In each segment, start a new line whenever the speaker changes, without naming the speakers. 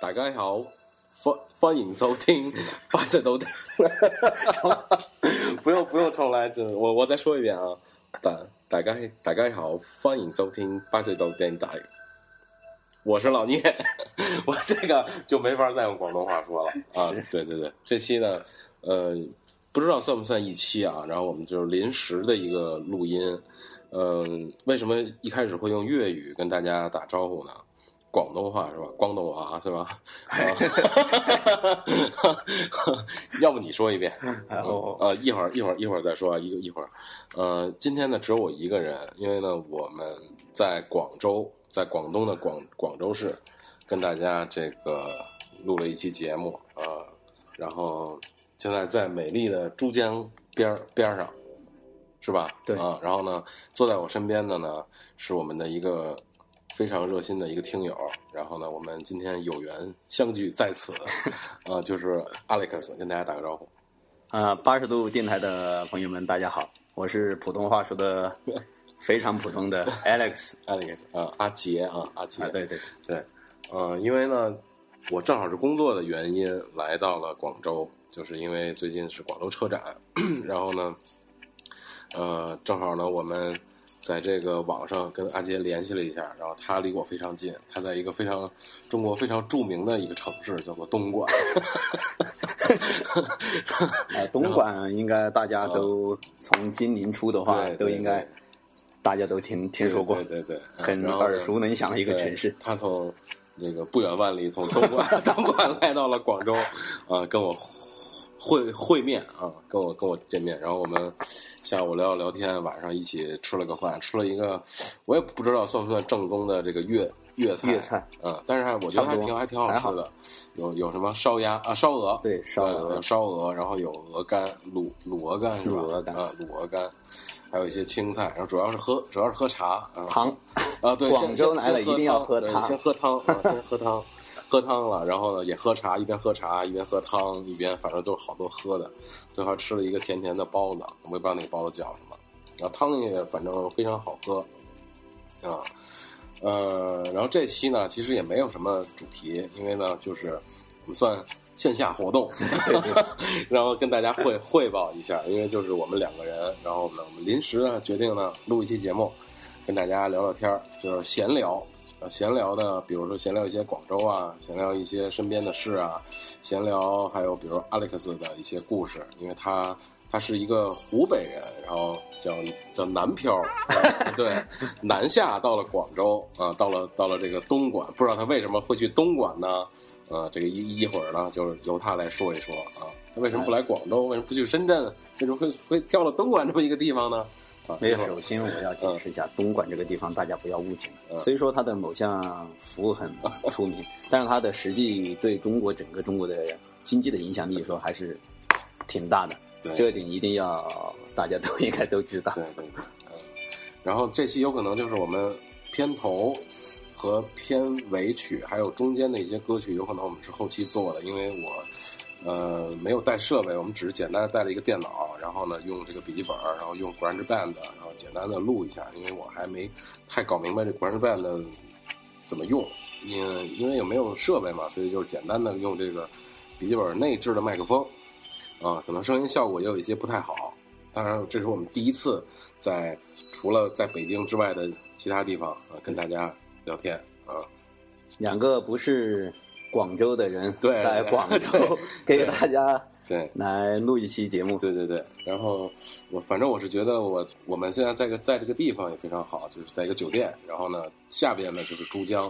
大家好，欢欢迎收 听《八十都得》不用不用重来，这我我再说一遍啊！大大家大家好，欢迎收听《八十都电台》，我是老聂， 我这个就没法再用广东话说了啊！对对对，这期呢，呃，不知道算不算一期啊？然后我们就是临时的一个录音，嗯、为什么一开始会用粤语跟大家打招呼呢？广东话是吧？广东话是吧？啊 要不你说一遍？
然后
呃，一会儿一会儿一会儿再说啊，一个一会儿。呃，今天呢只有我一个人，因为呢我们在广州，在广东的广广州市，跟大家这个录了一期节目啊、呃然后现在在美丽的珠江边儿边儿上，是吧？
对
啊、然后呢，坐在我身边的呢是我们的一个。非常热心的一个听友，然后呢，我们今天有缘相聚在此， 啊、就是 Alex 跟大家打个招呼。
呃，八十度电台的朋友们，大家好，我是普通话说的非常普 通的 Alex
Alex 啊，阿杰啊，阿杰，
啊，对对，
对，嗯、因为呢，我正好是工作的原因来到了广州，就是因为最近是广州车展，然后呢，呃，正好呢，我们在这个网上跟阿杰联系了一下，然后他离我非常近，他在一个非常中国非常著名的一个城市叫做东莞，
呃，东莞应该大家都从金陵出的 话
对，
都
对
应该
哦对
大家都听听说过
对，对对，对
很
然后呢
耳熟能详的一个城市
对。他从那个不远万里从东莞 东莞来到了广州，啊、跟我会会面啊，跟我跟我见面，然后我们下午聊了聊天，晚上一起吃了个饭，吃了一个我也不知道算不算正宗的这个粤粤菜
粤菜，
嗯，但是还我觉得还
差不
挺
多
还挺好
还
吃
好
的，有有什么烧鸭啊烧鹅，
对烧
嗯
鹅
有烧鹅，然后有鹅肝卤卤鹅肝是吧？
卤鹅肝
啊卤鹅肝。还有一些青菜，然后主要是喝，主要是喝茶啊，
糖，
啊，对，
广
先
州
先
来了
先喝
一定要
汤
喝
对
汤
先喝汤啊，先喝汤，喝汤了，然后呢也喝茶，一边喝茶一边喝汤，一边反正都是好多喝的，最后还吃了一个甜甜的包子，我也不知道那个包子叫什么，啊，汤也反正非常好喝，啊，呃，然后这期呢其实也没有什么主题，因为呢就是我们算线下活 动，然后跟大家汇汇报一下，因为就是我们两个人，然后呢我们临时呢决定呢录一期节目，跟大家聊聊天儿，就是闲聊。呃，闲聊的，比如说闲聊一些广州啊，闲聊一些身边的事啊，闲聊还有比如 Alex 的一些故事，因为他他是一个湖北人，然后叫叫南漂，呃 对，南下到了广州啊、到了到了这个东莞，不知道他为什么会去东莞呢？呃，这个一一会儿呢，就是由他来说一说啊，他为什么不来广州？为什么不去深圳？为什么会会跳到东莞这么一个地方呢？啊，
没有。
一会儿
首先我要解释一下，东莞这个地方大家不要误解
嗯。
虽说它的某项服务很出 名，但是它的实际对中国整个中国的经济的影响力说还是挺大的。
对
这点一定要大家都应 该都知道
对。对对，嗯。然后这期有可能就是我们片头和片尾曲，还有中间的一些歌曲，有可能我们是后期做的，因为我呃没有带设备，我们只是简单的带了一个电脑，然后呢用这个笔记本，然后用 Grand Band，然后简单的录一下，因为我还没太搞明白这 Grand Band 怎么用，因因为也没有设备嘛，所以就是简单的用这个笔记本内置的麦克风。啊，可能声音效果也有一些不太好。当然，这是我们第一次在除了在北京之外的其他地方啊跟大家聊天啊。
两个不是广州的人，
对
在广州 给大家
对
来录一期节目。
对对对，然后我反正我是觉得我我们现在在个在这个地方也非常好，就是在一个酒店，然后呢下边呢就是珠江，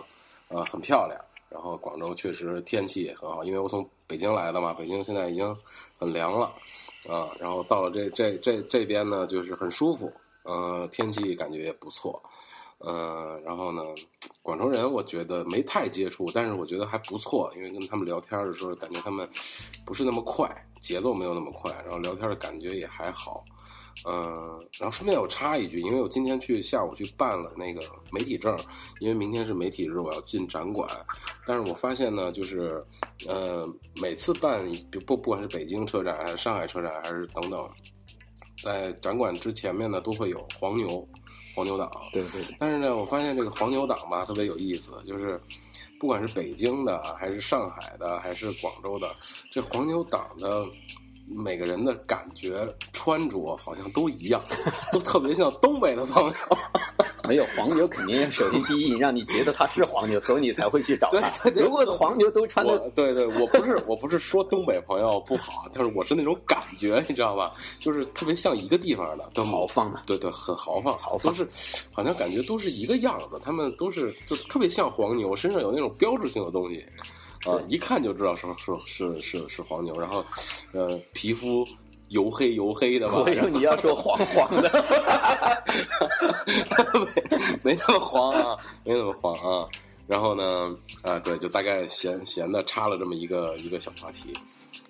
啊很漂亮。然后广州确实天气也很好，因为我从北京来的嘛，北京现在已经很凉了，啊，然后到了这这这这边呢，就是很舒服，呃，天气感觉也不错，呃，然后呢，广州人我觉得没太接触，但是我觉得还不错，因为跟他们聊天的时候，感觉他们不是那么快，节奏没有那么快，然后聊天的感觉也还好。嗯，然后顺便我插一句，因为我今天去下午去办了那个媒体证，因为明天是媒体日，我要进展馆。但是我发现呢，就是，呃，每次办一不不管是北京车展还是上海车展还是等等，在展馆之前面呢都会有黄牛，黄牛党。
对对对
但是呢，我发现这个黄牛党吧特别有意思，就是不管是北京的，还是上海的，还是广州的，这黄牛党的每个人的感觉穿着好像都一样， 都特别像东北的朋友。
没有黄牛肯定首先第一印让你觉得他是黄牛，所以你才会去找他。
对对对
如果黄牛都穿
我
的，
对对，我不是我不是说东北朋友不好，但是我是那种感觉，你知道吧？就是特别像一个地方的，都
豪放啊，
对对，很豪放，
豪
都
放
是好像感觉都是一个样子，他们都是就特别像黄牛，身上有那种标志性的东西，啊、
对
一看就知道是是是是是黄牛，然后，呃，皮肤油黑油黑 的吧
我，以为你要说黄 黄的，
没那么黄啊，没那么黄啊。然后呢，啊，对，就大概闲闲的插了这么一个一个小话题。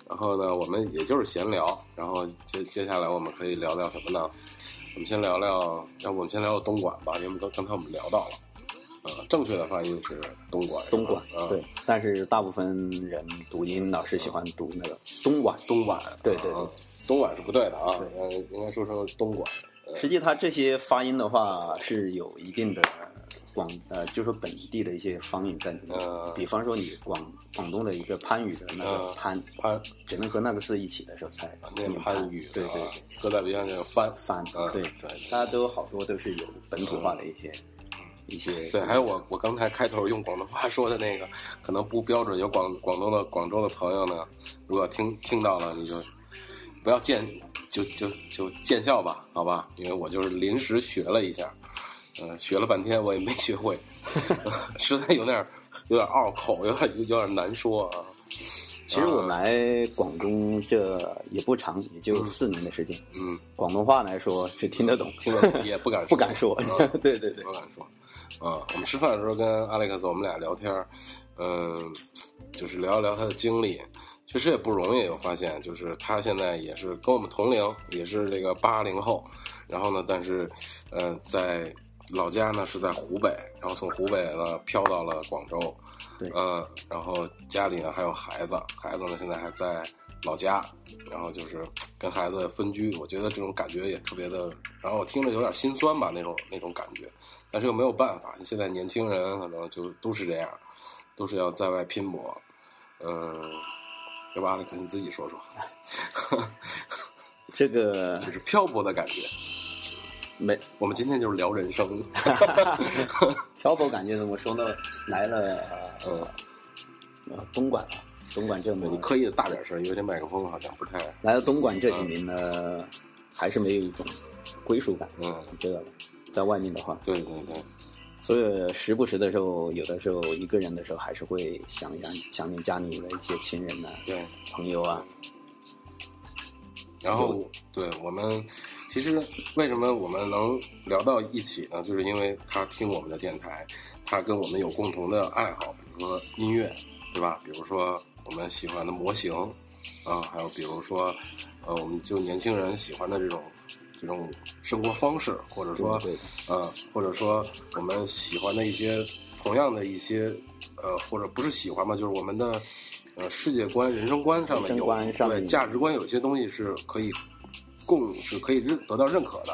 然后呢，我们也就是闲聊。然后接接下来我们可以聊聊什么呢？我们先聊聊，要不我们先聊聊东莞吧，因为我们刚刚才我们聊到了，呃，正确的发音是东莞，
东莞
啊，
对，但是大部分人读音老是喜欢读那个嗯东莞。
东莞，
对对对
啊东莞是不对的啊
对，
呃应该说成东莞，
实际它这些发音的话是有一定的广呃，就说本地的一些方言在里面。
嗯
比方说你广广东的一个番禺的那个
嗯
番，
番
只能和那个字一起的时候才
念
念
番禺，
对对
啊
对，
搁在鼻上就翻
番
嗯，
对
对对
它都好多都是有本土化的一些一些。
对，还有我我刚才开头用广东话说的那个，可能不标准。有广广东的广州的朋友呢，如果听听到了，你就不要见就就就见笑吧，好吧？因为我就是临时学了一下，呃，学了半天我也没学会， 实在有点儿有点儿拗口，有点儿有点儿难说啊。
其实
呃
我来广东这也不长，也就四年的时间。
嗯，
广东话来说是听得懂，
听了也不敢
不敢说
嗯。
对对对
不，敢说。啊，我们吃饭的时候跟 Alex 我们俩聊天儿，嗯，就是聊一聊他的经历，确实也不容易。我发现，就是他现在也是跟我们同龄，也是这个八零后，然后呢，但是，呃，在老家呢是在湖北，然后从湖北呢飘到了广州，
对
嗯，然后家里呢还有孩子，孩子呢现在还在老家，然后就是跟孩子分居，我觉得这种感觉也特别的，然后我听着有点心酸吧，那种那种感觉，但是又没有办法，现在年轻人可能就都是这样，都是要在外拼搏，嗯，要不阿里克你自己说说，
这个
就是漂泊的感觉。
没
我们今天就是聊人生，
漂泊感觉怎么说呢？来了
嗯，
呃东莞啊，东莞这么
你刻意的大点声，因为这麦克风好像不太，
来到东莞这几年呢，还是没有一种归属感。
嗯，
这个在外面的话，
对对对，
所以时不时的时候，有的时候一个人的时候，还是会想想想念家里的一些亲人呐、
对。
朋友啊。
然后，对我们其实为什么我们能聊到一起呢？就是因为他听我们的电台，他跟我们有共同的爱好，比如说音乐，对吧？比如说我们喜欢的模型啊，还有比如说呃，我们就年轻人喜欢的这种这种生活方式，或者说
对的
呃，或者说我们喜欢的一些同样的一些呃，或者不是喜欢吧，就是我们的呃世界观、人生观上面
人生
有
观上面
对价值观有些东西是可以共是可以认得到认可的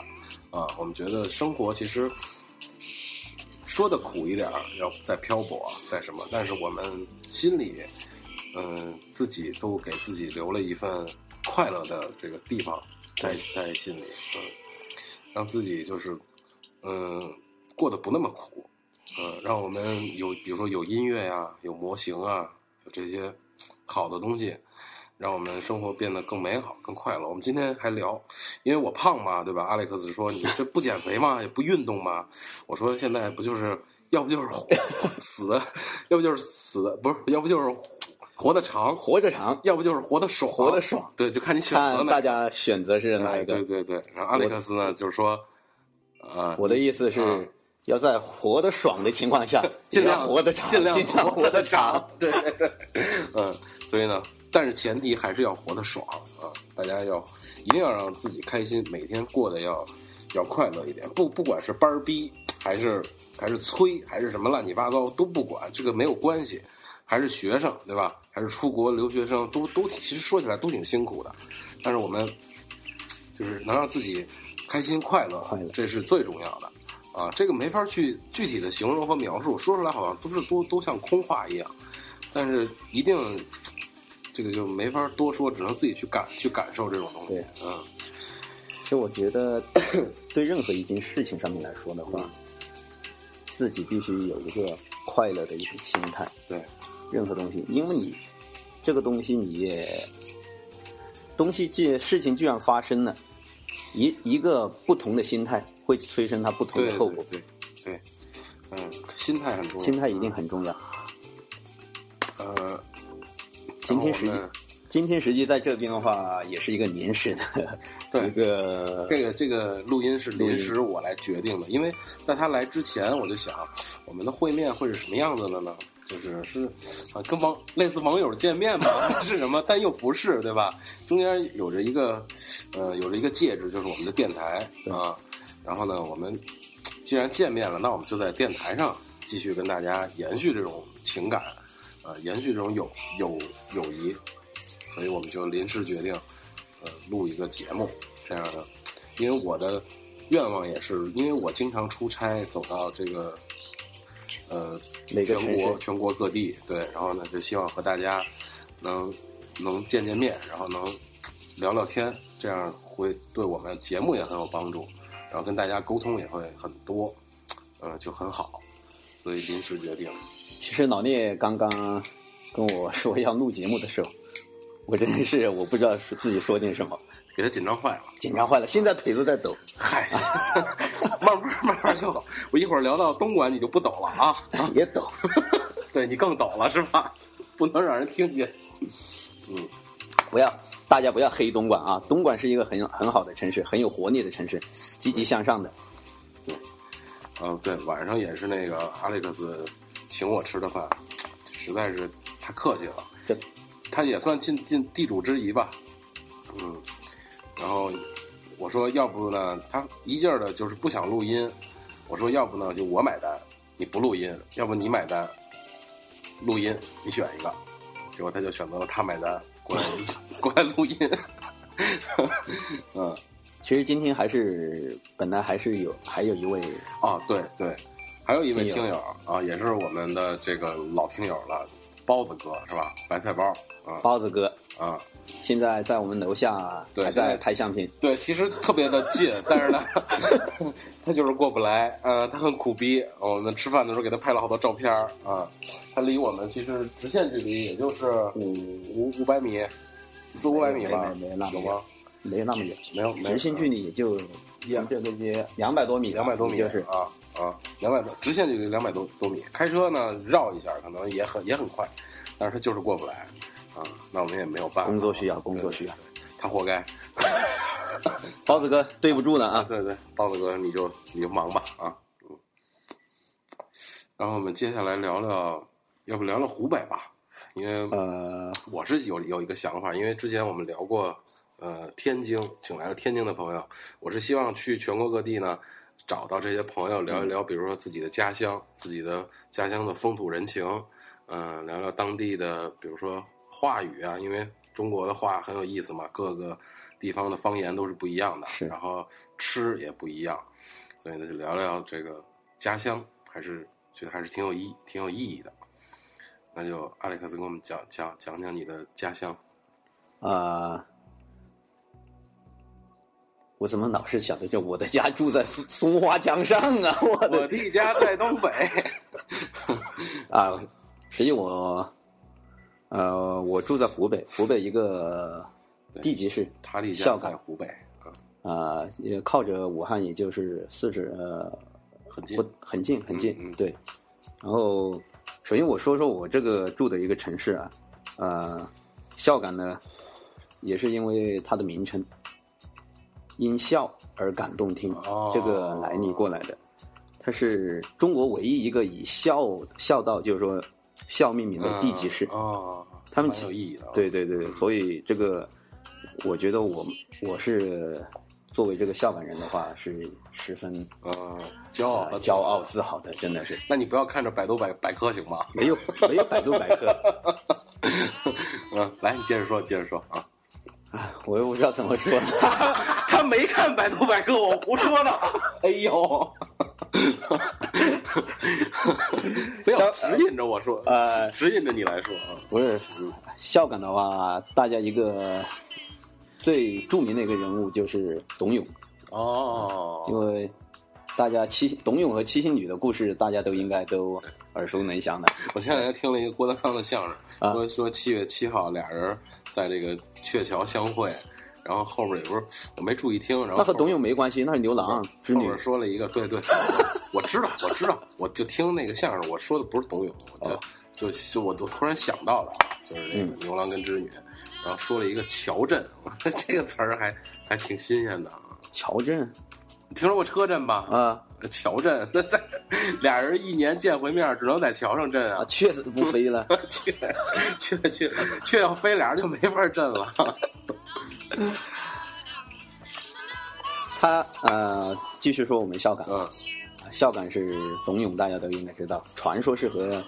啊。我们觉得生活其实说的苦一点儿，要再漂泊啊再什么，但是我们心里嗯、自己都给自己留了一份快乐的这个地方在在心里，嗯。让自己就是，嗯，过得不那么苦，嗯，让我们有比如说有音乐呀、有模型啊，有这些好的东西，让我们生活变得更美好、更快乐。我们今天还聊，因为我胖嘛，对吧？阿历克斯 说：“你这不减肥吗？也不运动吗？”我说：“现在不就是要不就是活死的，要不就是死的，不是，要不就是活得长，
活着长，
要不就是活得爽，
活得爽。
对，就看你选择
看
哪
大
个。
家选择是哪
哎，
一
对
个。
对对。然后阿历克斯呢，就是说，呃，
我的意思
啊
是，要在活得爽的情况下，
尽量
也要活得长，
尽量
活得长。对对对，
嗯，所以呢，但是前提还是要活得爽啊！大家要一定要让自己开心，每天过得要要快乐一点。不不管是班儿逼，还是还是催，还是什么乱七八糟都不管，这个没有关系。还是学生对吧？还是出国留学生，都都其实说起来都挺辛苦的，但是我们就是能让自己开心快乐，
快乐
这是最重要的。啊、啊，这个没法去具体的形容和描述，说出来好像都是都都像空话一样，但是一定这个就没法多说，只能自己去感去感受这种东西
对。
嗯，
其实我觉得， 对任何一件事情上面来说的话，自己必须有一个快乐的一种心态。
对，
任何东西，因为你这个东西你也东西既事情既然发生了，一一个不同的心态会催生它不同
对
的后果
对，对对，嗯，心态很重要。
心态一定很
哦
重要。
呃，
今天实
然后
际
我们
今天实际在这边的话，也是一个临时的
对
一个
这个这个录音是
音
临时我来决定的，因为在他来之前，我就想我们的会面会是什么样子的呢？就是是啊，跟网类似网友见面吗？ 还是什么？但又不是，对吧？中间有着一个呃，有着一个介质，就是我们的电台啊。然后呢，我们既然见面了，那我们就在电台上继续跟大家延续这种情感，呃，延续这种友友友谊。所以我们就临时决定，呃，录一个节目这样的，因为我的愿望也是，因为我经常出差，走到这个呃
每个
全
城市
国全国各地，对，然后呢，就希望和大家能能见见面，然后能聊聊天，这样会对我们节目也很有帮助，然后跟大家沟通也会很多，嗯、就很好，所以临时决定，
其实老聂刚刚跟我说要录节目的时候，我真的是我不知道是自己说点什么，
给他紧张坏了。
紧张坏了，现在腿都在抖。
嗨， 慢慢慢慢就懂。我一会儿聊到东莞，你就不抖了啊！
也抖。
对你更抖了是吧？ 不能让人听见。
不要，大家不要黑东莞啊！东莞是一个很很好的城市，很有活力的城市，积极向上的。
嗯、对，晚上也是那个阿历克斯请我吃的饭，实在是太客气了。
这
他也算尽尽地主之谊吧。嗯，然后我说要不呢，他一劲儿的就是不想录音。我说要不呢，就我买单，你不录音；要不你买单，录音你选一个。结果他就选择了他买单，过来过来录音。 嗯，
其实今天还是本来还是有还有一位
啊，对对，还有一位
听
听友啊，也是我们的这个老听友了，包子哥是吧？白菜包啊
包子哥，
啊。
现在在我们楼下
对
还
现
在
在
拍相片。
对，其实特别的近，但是呢， 他就是过不来。呃，他很苦逼。我们吃饭的时候给他拍了好多照片儿啊、他离我们其实直线距离也就是五
嗯
五五百米，四五百米吧，
没没没那么
有
远
吗？
没那么远，
没有，没有
直线距离也就
也
这个街两百多米，
两百多米，
就是
啊啊，两百多，直线距离两百多多米。开车呢绕一下，可能也很也很快，但是他就是过不来啊。那我们也没有办法，
工作需要工作需要
对，对对他活该。
包子哥，对不住了啊！
对对，包子哥，你就你就忙吧啊，嗯。然后我们接下来聊聊，要不聊聊湖北吧？因为
呃，
我是有有一个想法，因为之前我们聊过，呃，天津，请来了天津的朋友，我是希望去全国各地呢，找到这些朋友聊一聊，比如说自己的家乡，自己的家乡的风土人情，嗯、聊聊当地的，比如说话语啊，因为中国的话很有意思嘛，各个地方的方言都是不一样的，
是
然后吃也不一样，所以呢，就聊聊这个家乡，还是觉得还是挺有意挺有意义的。那就阿历克斯给我们讲讲讲讲你的家乡。
啊，我怎么老是想着就我的家住在松松花江上啊？我 的
我的家在东北。
啊，实际我，呃，我住在湖北，湖北一个地级市，
他的家
孝
在
感
湖北，啊，
啊、也靠着武汉，也就是四十呃
很近
不。很近很近，
嗯嗯
对。然后，首先我说说我这个住的一个城市啊，呃，孝感呢，也是因为它的名称，因孝而感动听、
哦
这个来历过来的。它是中国唯一一个以孝孝道，就是说孝命名的地级市。
嗯哦，
他们
蛮
其
有意义的啊。
对对对，所以这个，我觉得我我是作为这个孝感人的话，是十分
嗯，骄傲
呃
和自
骄
豪。
傲自豪的，真的是
那你不要看着百度百百科行吗？
没有没有百度百科
嗯，来，你接着说，接着说 啊。
啊，我又不知 道怎么说了。
他没看百度百科，我胡说的。哎呦，不要
消
指引着我说，
呃，
指引着你来说啊。
不是
嗯
孝感的话，大家一个最著名的一个人物就是董永，因
哦，
为大家七董永和七星女的故事，大家都应该都耳熟能详的。
我前两天听了一个郭德纲的相声，
啊
说说七月七号俩人在这个鹊桥相会，然后后边也不是我没注意听，然后
那和
后边
董永没关系，那是牛郎啊织
后
女
边。说了一个，对对，我知道，我知道，我就听那个相声，我说的不是董永，我就、
哦嗯
就就我就突然想到了，啊就是那个牛郎跟织女，然后说了一个桥镇，这个词儿还还挺新鲜的啊。
乔振
你听说过车震吧？
啊
桥震，那在俩人一年见回面，只能在桥上震
啊，
啊。
雀子不 飞了。
去去去去，要飞俩人就没法震了。
他呃，继续说我们孝感，
嗯，
孝呃感是董永，大家都应该知道，传说是和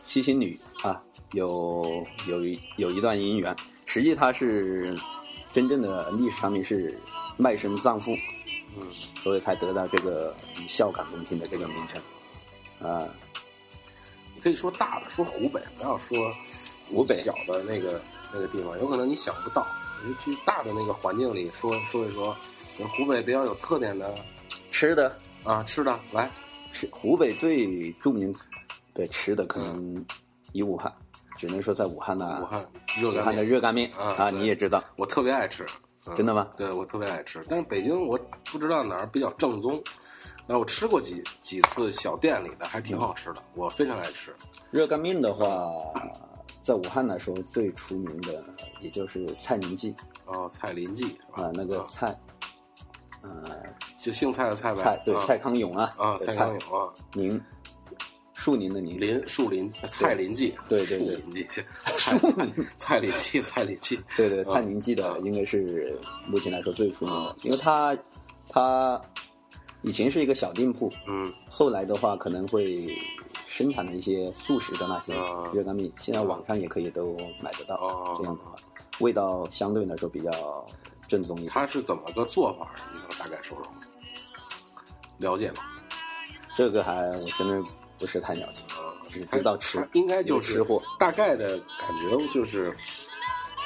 七星女啊有有一有一段姻缘，实际他是真正的历史上面是卖身葬父，
嗯，
所以才得到这个以孝感中心的这个名称。啊、
你 可以说大的，说湖北，不要说湖北小的那个那个地方，有可能你想不到。你就去大的那个环境里说说一说，湖北比较有特点的
吃的
啊吃的，来，
吃湖北最著名的吃的可能以武汉，只能说在武汉
武
呐、
汉热
啊武
干
汉的
面，
热干面
啊
啊，
对
你也知道，
我特别爱吃。嗯
真的吗？
对，我特别爱吃，但是北京我不知道哪儿比较正宗。呃然后我吃过几几次小店里的，还挺好吃的，我非常爱吃。
热干面的话，在武汉来说最出名的也就是蔡林记
哦，蔡林记是吧？
啊、那个
啊
蔡，呃，
就姓蔡的蔡呗。
蔡对、
啊
蔡康永啊，
啊，
对
蔡康永啊，
宁，树宁的宁，
林树林蔡林记，
对对对
树林 记，蔡蔡蔡林记，蔡林记，
对对，
嗯
蔡林记的
嗯
应该是目前来说最出名的
嗯，
因为他他以前是一个小店铺，
嗯，
后来的话可能会生产了一些速食的那些
嗯
热干面，现在网上也可以都买得到，
哦
这样的话味道相对来说比较正宗一点。
他是怎么个做法？你能大概说说吗？了啊解吗？
这个还我真的不是太了解，
啊，
只
他
嗯知道吃
他应该就
吃
是
货
大概的感觉就是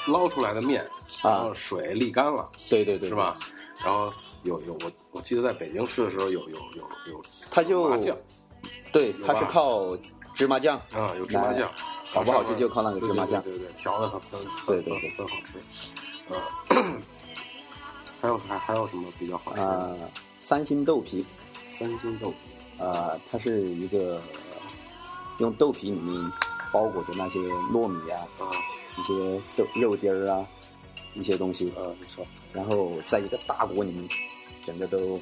捞出来的面，
啊
然后水沥干了，
对对对，
是？吧？然后有有我我记得在北京吃的时候有有有有
它就
麻酱
对，
有吧
它是靠芝麻酱，
啊，有芝麻酱，
好不好
上
吃
面
就靠那个芝麻酱
对对对对，调的很很很
对对对
很好吃。嗯，还有啊还还有什么比较好吃的？
呃，三星豆皮，
三星豆皮
呃，它是一个用豆皮里面包裹着那些糯米啊，
啊，
一些豆肉丁儿啊，一些东西，
呃，没错，
然后在一个大锅里面，整个都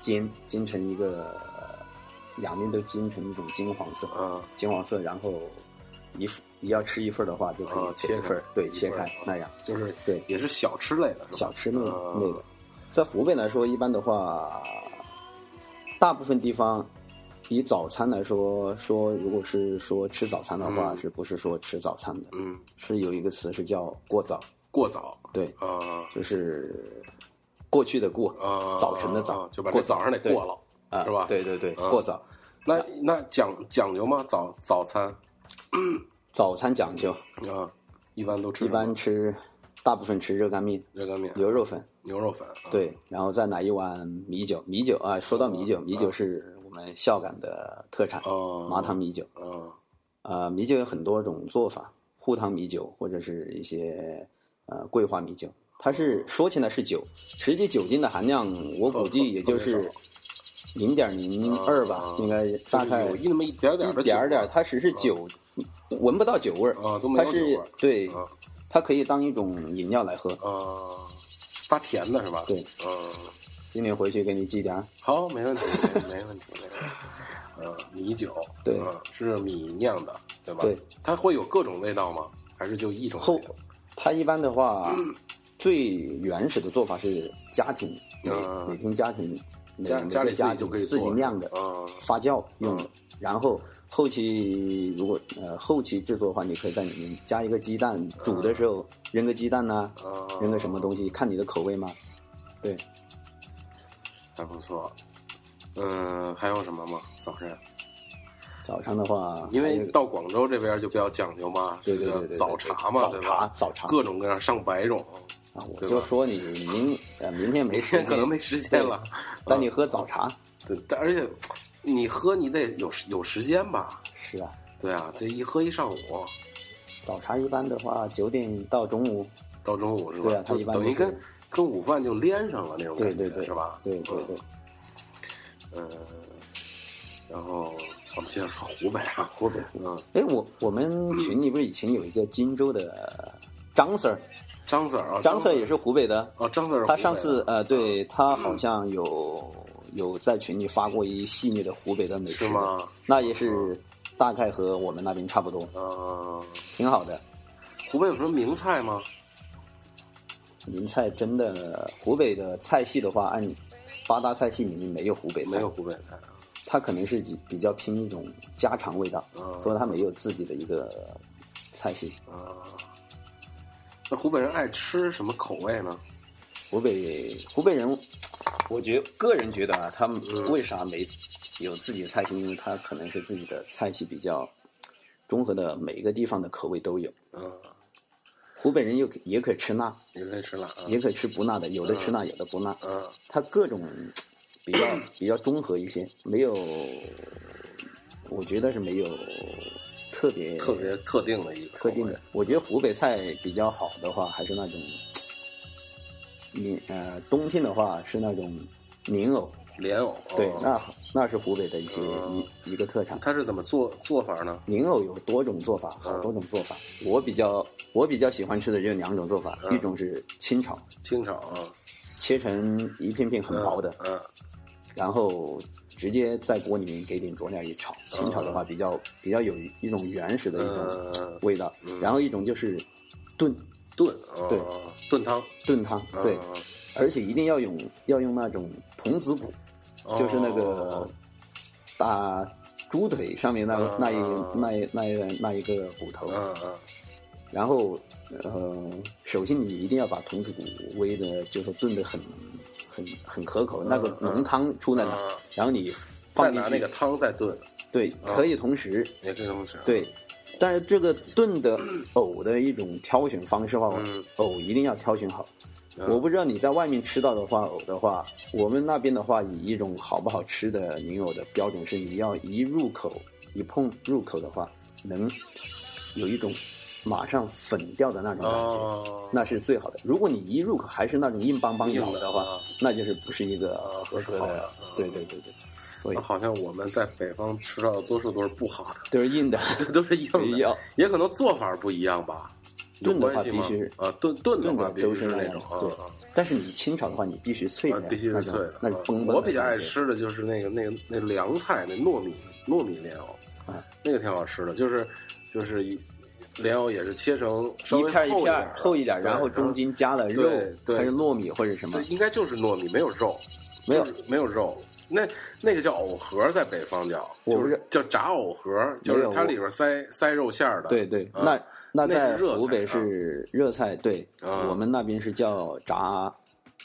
煎煎成一个，两面都煎成一种金黄色，
嗯
啊金黄色，然后一份你要吃一份的话，就可
啊
以
切
切
开
一份儿，对，
一份
切
儿
开
啊
那样，
就是
对
也是小吃类的，是吧？
小吃那
啊
类的。在湖北来说，一般的话，大部分地方以早餐来说，说如果是说吃早餐的话，
嗯
是不是说吃早餐的？
嗯，
是有一个词是叫过早，
过早，
对，
呃
就是过去的过，
呃，
早晨的早
啊，就把这
过早
早上得
对
过了。
啊，
是吧
对对对，
嗯
过早，
那那讲讲究吗？早早餐
早餐讲究，
啊，一般都吃
一
什么
般吃，大部分吃热干面、
热干面、
牛肉粉，
牛肉粉，啊，
对，然后再来一碗米酒。米酒啊，说到米酒，米酒是我们孝感的特产，
哦
麻糖米酒。
嗯
呃，米酒有很多种做法，沪糖米酒或者是一些呃桂花米酒。它是说起来是酒，实际酒精的含量我估计也就
哦特特
是
别
零点零二吧
嗯，
应该
就
大
是
概
有一那么一点点儿的
一点
酒啊
儿点儿
味，
它只是酒，闻不到酒味儿
啊都没
它
有酒味
是
儿
对
嗯，
它可以当一种饮料来喝。
呃，发甜的是吧？
对，
嗯，
今年回去给你寄点儿，
好，没问题，没问题，没问题。呃，米酒，
对
嗯是米酿的，对吧？
对，
它会有各种味道吗？还是就一种
后
味道？
它一般的话，最原始的做法是家庭，每
嗯
每天家庭每
家
每
家里自
个
己
家
就可
庭
以
自己
做
酿的
嗯
发酵用
嗯
的，然后后期如果呃后期制作的话，你可以在里面加一个鸡蛋，煮的时
啊
候扔个鸡蛋呐，
嗯，
扔个什么东西，看你的口味嘛。对，
还不错。嗯，还有什么吗？早晨，
早上的话，
因
还
为
有
到广州这边就比较讲究嘛，
对对
这
对
个
对对
早茶嘛，
早
对
茶
吧？
早茶
各种各样上百种，
啊，我
对
就
吧
说你明呃明天没
明
时
天
间，
可能没啊时间了。
但你喝早茶
对，但而且你喝你得有时有时间吧？
是啊，
对啊，这一喝一上午
早茶一般的话九点到中午，
到中午是吧？
对啊，它
就
一般
等于
都是
跟跟午饭就连上了那种感觉，
对对对
是吧？
对对对，
嗯，嗯，然后我们接着说湖北啊，湖北，嗯，
哎，我我们群里不是以前有一个荆州的张 Sir，
张 Sir 啊，
张 Sir
Sir
也是湖北的，
哦，张 Sir，
他上次呃，
嗯
对他好像有有在群里发过一系列的湖北的美食
是吗？
那也是大概和我们那边差不多，
嗯，
挺好的。
湖北有什么名菜吗？
名菜真的，湖北的菜系的话，按八大菜系里面没有湖北菜，
没有，湖北菜啊，
它可能是比比较拼一种家常味道，
嗯
所以它没有自己的一个菜系。
嗯，那湖北人爱吃什么口味呢？
湖北湖北人，我觉个人觉得啊，他们
嗯
为啥没有自己的菜系？因为他可能是自己的菜系比较综合的，每一个地方的口味都有。
嗯，
湖北人又可也可吃辣，
也可以吃辣啊，
也可吃不辣的，有的吃辣，有的不辣，
嗯
他各种比较比较综合一些，没有，我觉得是没有特别
特别特定的一个
特定
口味
的。我觉得湖北菜比较好的话，还是那种莲呃，冬天的话是那种莲藕，
莲藕，
对，
哦
那那是湖北的一些
嗯
一一个特产。
它是怎么做做法呢？
莲藕有多种做法，好多种做法。我比较我比较喜欢吃的就两种做法，
嗯
一种是清炒，
清炒啊，
切成一片片很
嗯
薄的，
嗯
然后直接在锅里面给点佐料一炒。清炒的话比较比较有一种原始的一种
嗯，
味道，然后一种就是炖
炖啊，
对
炖汤，
炖汤，
嗯
对，而且一定要用要用那种童子骨，
哦
就是那个大猪腿上面那个
嗯
那一那一那一那一个骨头，
嗯嗯
然后呃，首先你一定要把童子骨煨的，就是炖的很很很可口，那个浓汤出来了，
嗯，
然后你
再
放进
拿
去，
那个嗯汤再炖，
对，可以同时
也可以这么吃。，
对。但是这个炖的藕的一种挑选方式的话
嗯，
藕一定要挑选好。
嗯
我不知道你在外面吃到的话，藕的话，我们那边的话，以一种好不好吃的莲藕的标准是，你要一入口一碰入口的话，能有一种马上粉掉的那种感觉，
哦，
那是最好的。如果你一入口还是那种硬邦邦
硬
咬
的
的话，
啊
那就是不是一个
啊
哦合
不
格
是好
的。嗯
的啊
对对对对，所以
那好像我们在北方吃到的多数都是不好的，
都是硬的。
这都是硬
一
的
样，
也可能做法不一样吧。有
炖的话
关系吗
必须
啊，炖炖的
炖
话
的
必
都
须
是
那
那
种
种，
啊
对
啊。
但是你清炒的话，你必须脆
啊
的，，嗯
必须
那
是
种
脆的。
那是
啊
崩崩的感觉。
我比较爱吃的就是那个那个那凉菜，那糯米糯米莲藕
啊，
那个挺好吃的，就是就是一莲藕也是切成稍
一
微
片儿一
厚
片
点
儿厚一点儿，
对
然后中间加了肉
对，对
还是糯米或者什么
对，应该就是糯米，没有肉，
没有
就是没有肉。那那个叫藕盒，在北方叫，
我
就
不
是
是
叫炸藕盒，就是它里边塞塞肉馅儿的。
对对，
啊
那那
那
在
是热菜
湖北
啊
是热菜，对，
啊
我们那边是叫炸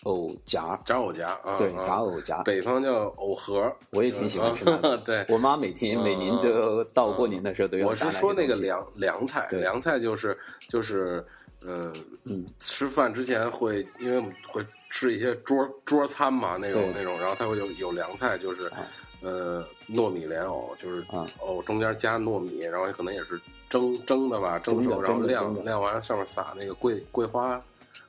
藕夹，
炸藕夹啊，
对，
啊
炸藕夹，
北方叫藕盒，
我也挺喜欢吃那
啊
个。
对，嗯
我妈每天每年就到过年的时候都要
我
炸
是说那
那
个
东西
凉凉菜，
对
凉菜就是就是，嗯
嗯，
吃饭之前会，因为我们会吃一些桌桌餐嘛，那种
对
那种，然后它会有有凉菜，就是
啊
呃糯米莲藕，就是
啊
藕中间加糯米，然后可能也是蒸蒸的吧，蒸
蒸的
熟然后
蒸的
晾
蒸的
晾完上面撒那个桂桂花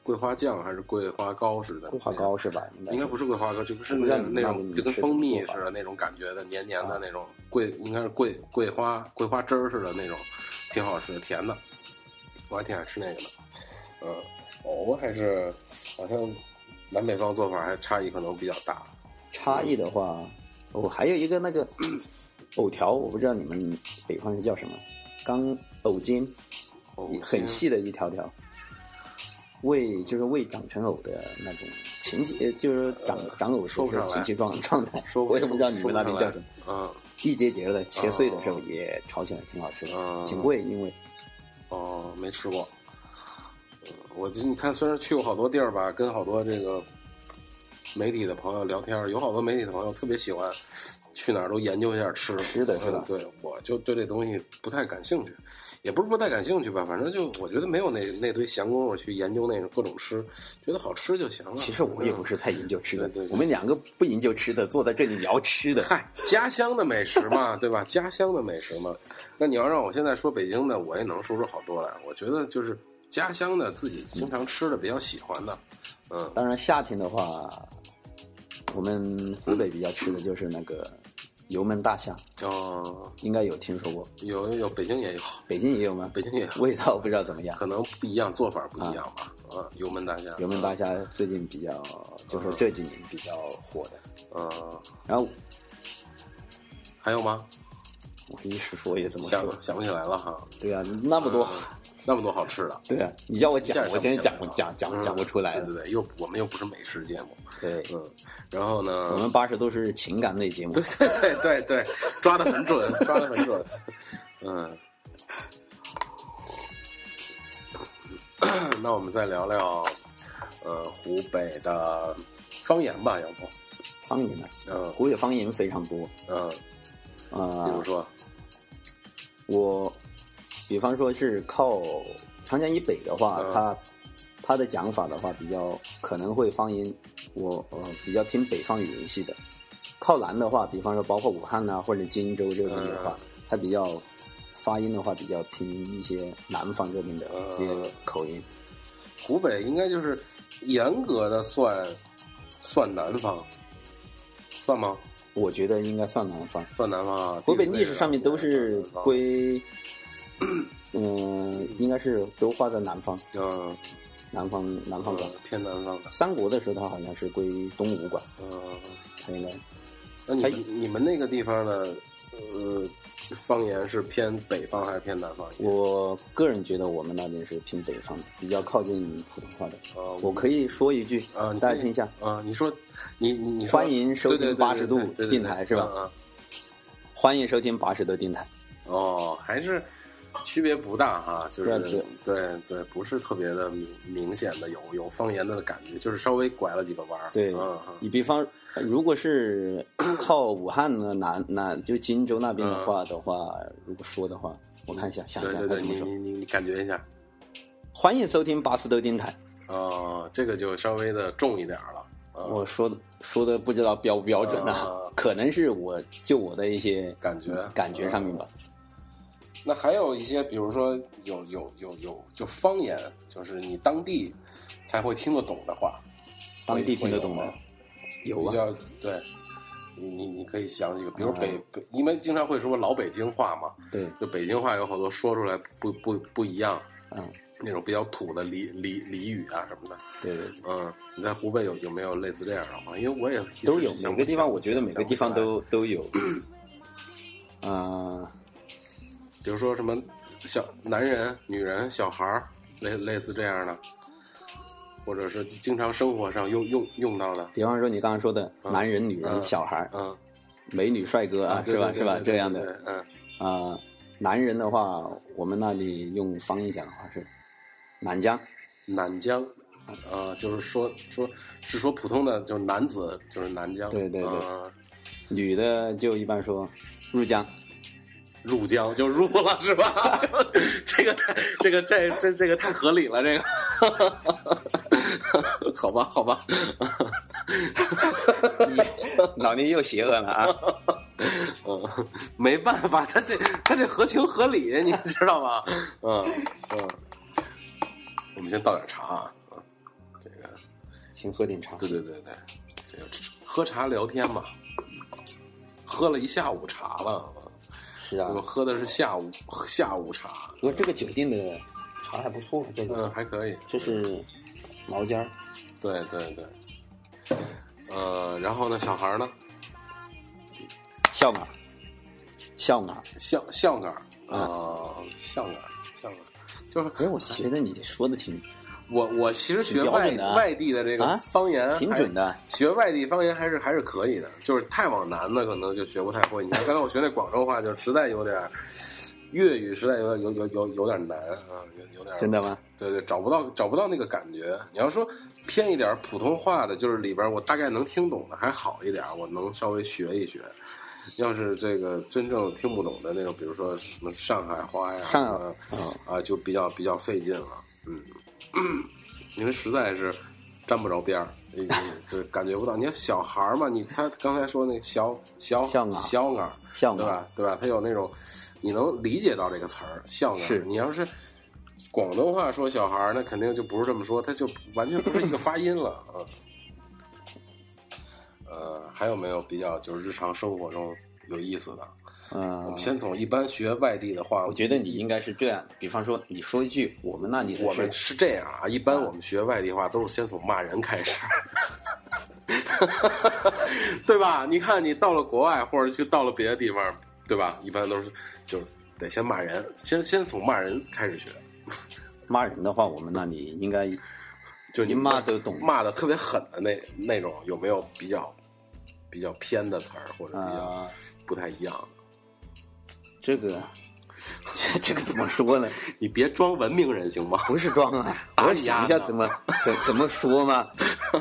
桂花酱还是桂花膏似的，
桂花膏是吧？
应该不是桂花糕，就是
我不
那
知道
种
你
那
们那
种
边
就跟
吃怎么
蜂蜜
做法啊
似的那种感觉的，黏黏的那种桂，应该是桂桂花桂花汁儿似的那种，挺好吃的，甜的，我还挺爱吃那个的。嗯，藕还是好像南北方做法还差异可能比较大。
差异的话，我还有一个 那个藕条，我不知道你们北方是叫什么，刚藕尖，
藕
很细的一条条，未就是未长成藕的那种情节，呃就是长长藕
说
就
不上
是
来
情节 状状态，
说
我也不知道你们那边叫什么，
嗯，
一节节的切碎的时
哦
候也炒起来挺好吃
嗯
的，挺贵，因为
哦，没吃过。呃嗯我就你看，虽然去过好多地儿吧，跟好多这个媒体的朋友聊天，有好多媒体的朋友特别喜欢去哪儿都研究一下吃。
是的是的
嗯对，我就对这东西不太感兴趣，也不是不太感兴趣吧，反正就我觉得没有那那堆闲工夫去研究那种各种吃，觉得好吃就行了。嗯
其实我也不
是。
是太研究吃的，
对对对
我们两个不研究吃的，坐在这里聊吃的。
嗨，家乡的美食嘛，对吧？家乡的美食嘛，那你要让我现在说北京的，我也能说出好多来。我觉得就是家乡的自己经常吃的比较喜欢的，嗯，
当然，夏天的话，我们湖北比较吃的就是那个油焖大虾，
哦，
应该有听说过，
有有北京也有，
北京也有吗？
北京也有，
味道不知道怎么样。
可能不一样，做法不一样吧。啊，油焖大虾，
油焖大虾最近比较，就说这几年比较火的。
嗯，
然后
还有吗？
我一时说也怎么说？
想想不起来了哈，
对啊，那么多，
那么多好吃的。
对啊，你叫我
嗯一下
讲，
想
我真
不起
讲
来
不
了
讲讲
嗯
讲不出来
对
了。
对对，又我们又不是美食节目，
对，
嗯，然后呢，
我们八十都是情感类节目
对。对对对对，抓的很准，抓的很准。嗯，那我们再聊聊，呃，湖北的方言吧，要不，
方言呢，
嗯
湖北方言非常多。
嗯，比
呃
如，说，
我比方说是靠长江以北的话，
嗯
它它的讲法的话比较可能会方言，我呃比较偏北方语言系的。靠南的话，比方说包括武汉啊或者荆州这边的话，
嗯
它比较发音的话比较偏一些南方这边的
嗯
这些口音。
湖北应该就是严格的算算南方，算吗？
我觉得应该算南方。
算南方啊。
湖
地
北
理位
历史
置
上面都
应
是
该算南方
归，嗯、应该是都划在南方，
嗯
南方南方管。
嗯偏南方的，
三国的时候，它好像是归东吴管，
嗯。
它应该
那你
还
们你们那个地方的呃方言是偏北方还是偏南方一点？
我个人觉得我们那边是偏北方的，比较靠近普通话的。
啊，
我可以说一句，
啊，你
大
可
家
以
听一下，
啊，你说你你你说
欢迎收听
对对对
80度
对对对
电台
对
是吧
嗯嗯
欢迎收听八十的电台。
哦，还是区别不大哈，就
对
是
啊对
对对，不是特别的明明显的有有方言的感觉，就是稍微拐了几个弯儿。
对
嗯嗯
你比方，呃如果是靠武汉呢，南南就荆州那边的话的话，如果说的话，我看一下，想一
对
下
对
该
对，
怎么
你
说。
你你你感觉一下，
欢迎收听八十的电台。
哦，这个就稍微的重一点儿了。啊
我说的说的不知道标不标准啊
啊，
可能是我就我的一些
感觉
感觉上面吧。
那还有一些，比如说有有有有，就方言，就是你当地才会听得懂的话，
当地听得懂
吗？
吗？有
比
啊，
较对，你你你可以想几个，比如
嗯
北北，你们经常会说老北京话嘛，
对，
就北京话有好多说出来不不不一样，
嗯，
那种比较土的俚俚俚语啊什么的。
对对，对
嗯，你在湖北有有没有类似这样的话？因为我也
都有
一时，想
每
不
个地方
起来
我觉得每个地方，
想不起
都都 有。啊，
来比如说什么小男人、女人、小孩儿，类类似这样的，或者是经常生活上用用用到的，
比方说你刚刚说的男人、女人、
嗯
小孩儿、
嗯
美女、帅哥啊，
对
是吧？
对
是吧？
对对
这样
对
的
对嗯，
啊，男人的话，我们那里用方言讲的话是南疆，
南疆，呃，就是说说是说普通的，就是男子就是南疆，
对对对
呃
女的就一般说入江。
入江就入了是吧？ 就是这个太 这个这这这个太合理了，这个， 好吧好吧，
老聂又邪恶了啊！
嗯， 没办法，他这他这合情合理，你知道吗？嗯嗯，我们先倒点茶啊，嗯这个
先喝点茶。
对对对对，这个喝茶聊天嘛，喝了一下午茶了。嗯
是啊
我，喝的是下午下午茶，
不过这个酒店的茶还不错，这个
嗯，还可以，
这是毛尖儿，
对对对，呃，然后呢，小孩儿呢，
笑马，笑马。
笑笑杆儿啊，笑杆儿，笑杆儿，就是
哎，我觉得你说的 挺
我我其实学
挺标
外
准的啊
外地的这个
啊
方言
挺
还
准的，
学外地方言还是还是可以的，就是太往南的可能就学不太会。你看刚才我学那广州话，就实在有点儿粤语实在有点有有有有点难啊，有有点
真的吗？
对对，找不到找不到那个感觉。你要说偏一点儿普通话的，就是里边儿我大概能听懂的还好一点儿，我能稍微学一学。要是这个真正听不懂的那种，比如说什么上海话呀，
上
什么啊，就比较比较费劲了。嗯， 因为实在是沾不着边儿，嗯对，感觉不到。你看小孩儿嘛，你他刚才说那小小
小
小
孩
小孩
儿
儿
像
对
吗？
吧？对吧？他有那种你能理解到这个词儿“笑
是
脸”。你要是广东话说小孩儿，那肯定就不是这么说，他就完全不是一个发音了啊。呃，还有没有比较就是日常生活中有意思的？我
嗯
们，先从一般学外地的话
我，觉得你应该是这样，比方说你说一句我们那里的
我们
事
是这样啊，一般我们学外地话都是先从骂人开 始，对吧？你看你到了国外或者去到了别的地方，对吧？一般都是就是得先骂人，先先从骂人开始学，
骂人的话，我们那里应该
就你
您骂得懂
骂的特别狠的那那种，有没有比较比较偏的词儿或者比较
啊、
不太一样？
这个 这个怎么说呢？
你别装文明人行吗？
不是装啊，
哎呀
我想一下怎么怎怎么说 嘛。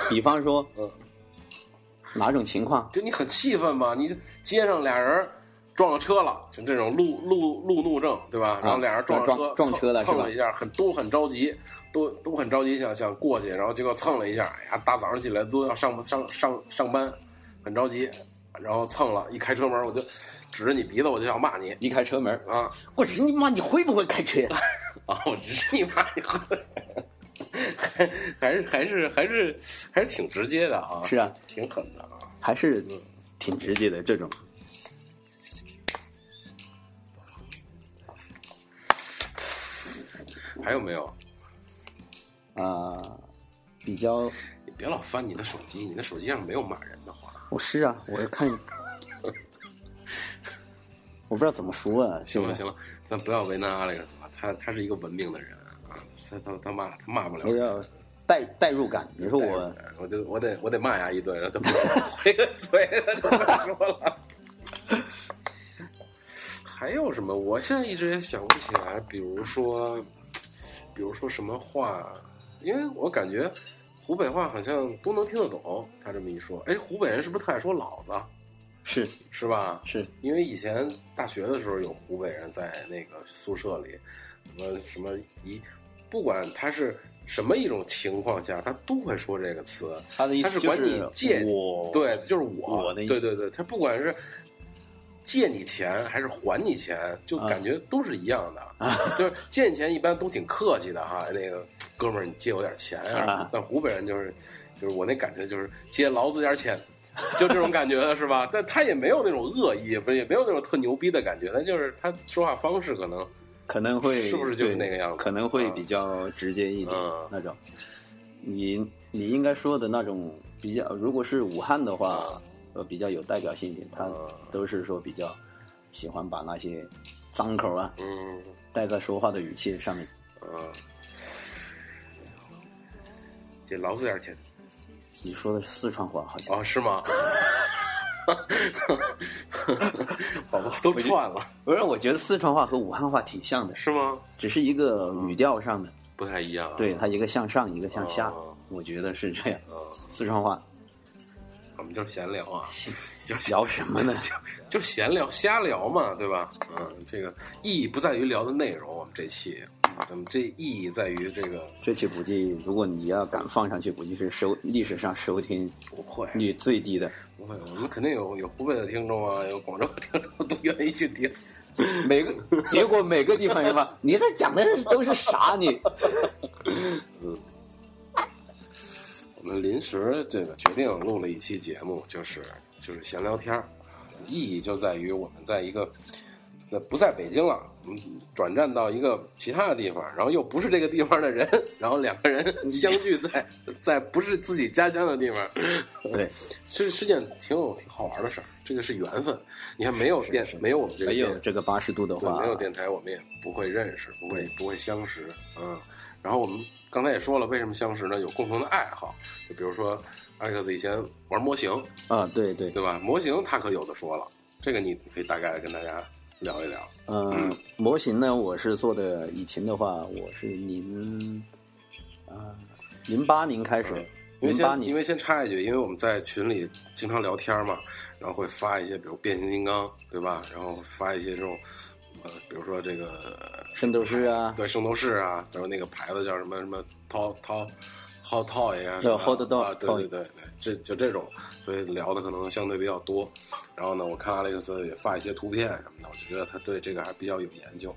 比方说
嗯，
哪种情况？
就你很气愤嘛，你街上俩人撞了车了，就这种路路路怒症，对吧？然后俩人撞了车，
啊撞撞车了
蹭蹭
是吧
了一下，很都很着急，都都很着急，想想过去，然后结果蹭了一下，哎呀，大早上起来都要上上上上班，很着急，然后蹭了，一开车门我就指着你鼻子我就想骂你
一开车门，
啊
我日你妈！你会不会开车？
啊！我指着你骂你，还还是还是还是还是挺直接的啊，
是啊，
挺狠的啊。
还是挺直接的这种。
还有没有？
啊、比较
你别老翻你的手机，你的手机上没有骂人的话。
我是啊，我 看，我不知道怎么说啊，
行
是
了
吧
行了，咱不要为难 Alex 了，他他是一个文明的人啊，他他他骂他骂不了
我。要代代入感。你说我
哎我得我得我得骂他一顿，让他不给我回 个嘴，他就不说了。还有什么？我现在一直也想不起来，比如说，比如说什么话，因为我感觉湖北话好像都能听得懂。他这么一说，哎，湖北人是不是特爱说老子？啊
是
是吧？
是
因为以前大学的时候有湖北人在那个宿舍里，什么什么一，不管他是什么一种情况下，他都会说这个词。
他的意
他
思
是
就
管你借
我
对，就是我，
哦我的意思
对对对，他不管是借你钱还是还你钱，就
啊
感觉都是一样的。 就是借你钱一般都挺客气的哈，那个哥们儿，你借我点钱
啊
但湖北人就是，就是我那感觉就是借老子点钱，就这种感觉是吧？ 但他也没有那种恶意，不是也没有那种特牛逼的感觉，但就是他说话方式可能
可能会
是不是就是
对
那个样子
可能会
嗯
比较直接一点、
嗯
那种。你你应该说的那种比较，如果是武汉的话，
啊
呃，比较有代表性一点，他
嗯
都是说比较喜欢把那些脏口啊
嗯
带在说话的语气上面。
嗯，借老子点钱。
你说的是四川话，好像
哦，是吗？好吧，都串了，
不是，我觉得四川话和武汉话挺像的，
是吗？
只是一个语调上的，
不太一样、啊。
对，它一个向上，一个向下，
哦
我觉得是这样。
嗯，
四川话
我们就是闲聊啊，就是
聊什么呢？
就是闲聊，瞎聊嘛，对吧？嗯，这个意义不在于聊的内容，我们这期，我们这意义在于这个
这期估计，如果你要敢放上去，估计是收历史上收听
不会，
率最低的。
不会，我们肯定有有湖北的听众啊，有广州的听众都愿意去听。
每个结果每个地方人吧，你在讲的都是啥？ 你
我们临时这个决定录了一期节目，就是就是闲聊天儿，意义就在于我们在一个在不在北京了，我们转战到一个其他的地方，然后又不是这个地方的人， 然后两个人相聚在 在不是自己家乡的地方，
对，
是是件挺有挺好玩的事儿。这个是缘分，你看没有电，没有我们这个
没
电
有这个八十度的
对，
话
没，有电台，我们也不会认识，不会
对
不会相识，嗯。然后我们刚才也说了，为什么相识呢？有共同的爱好，就比如说 Alex 以前玩模型，
啊，对对，
对吧？模型他可有的说了，这个你可以大概跟大家聊一聊。
嗯，模型呢，我是做的，以前的话，我是零，啊，零八年开始，
因为
零八
先因
年，
为先插一句，因为我们在群里经常聊天嘛，然后会发一些，比如变形金刚，对吧？然后发一些这种，呃，比如说这个
圣斗士啊，
对圣斗士啊，然后那个牌子叫什么什么涛涛。Hot Toy 啊，
对
是吧
Hot Dog
啊对对对对，这就这种，所以聊的可能相对比较多。然后呢，我看 Alex 也发一些图片什么的，我就觉得他对这个还比较有研究。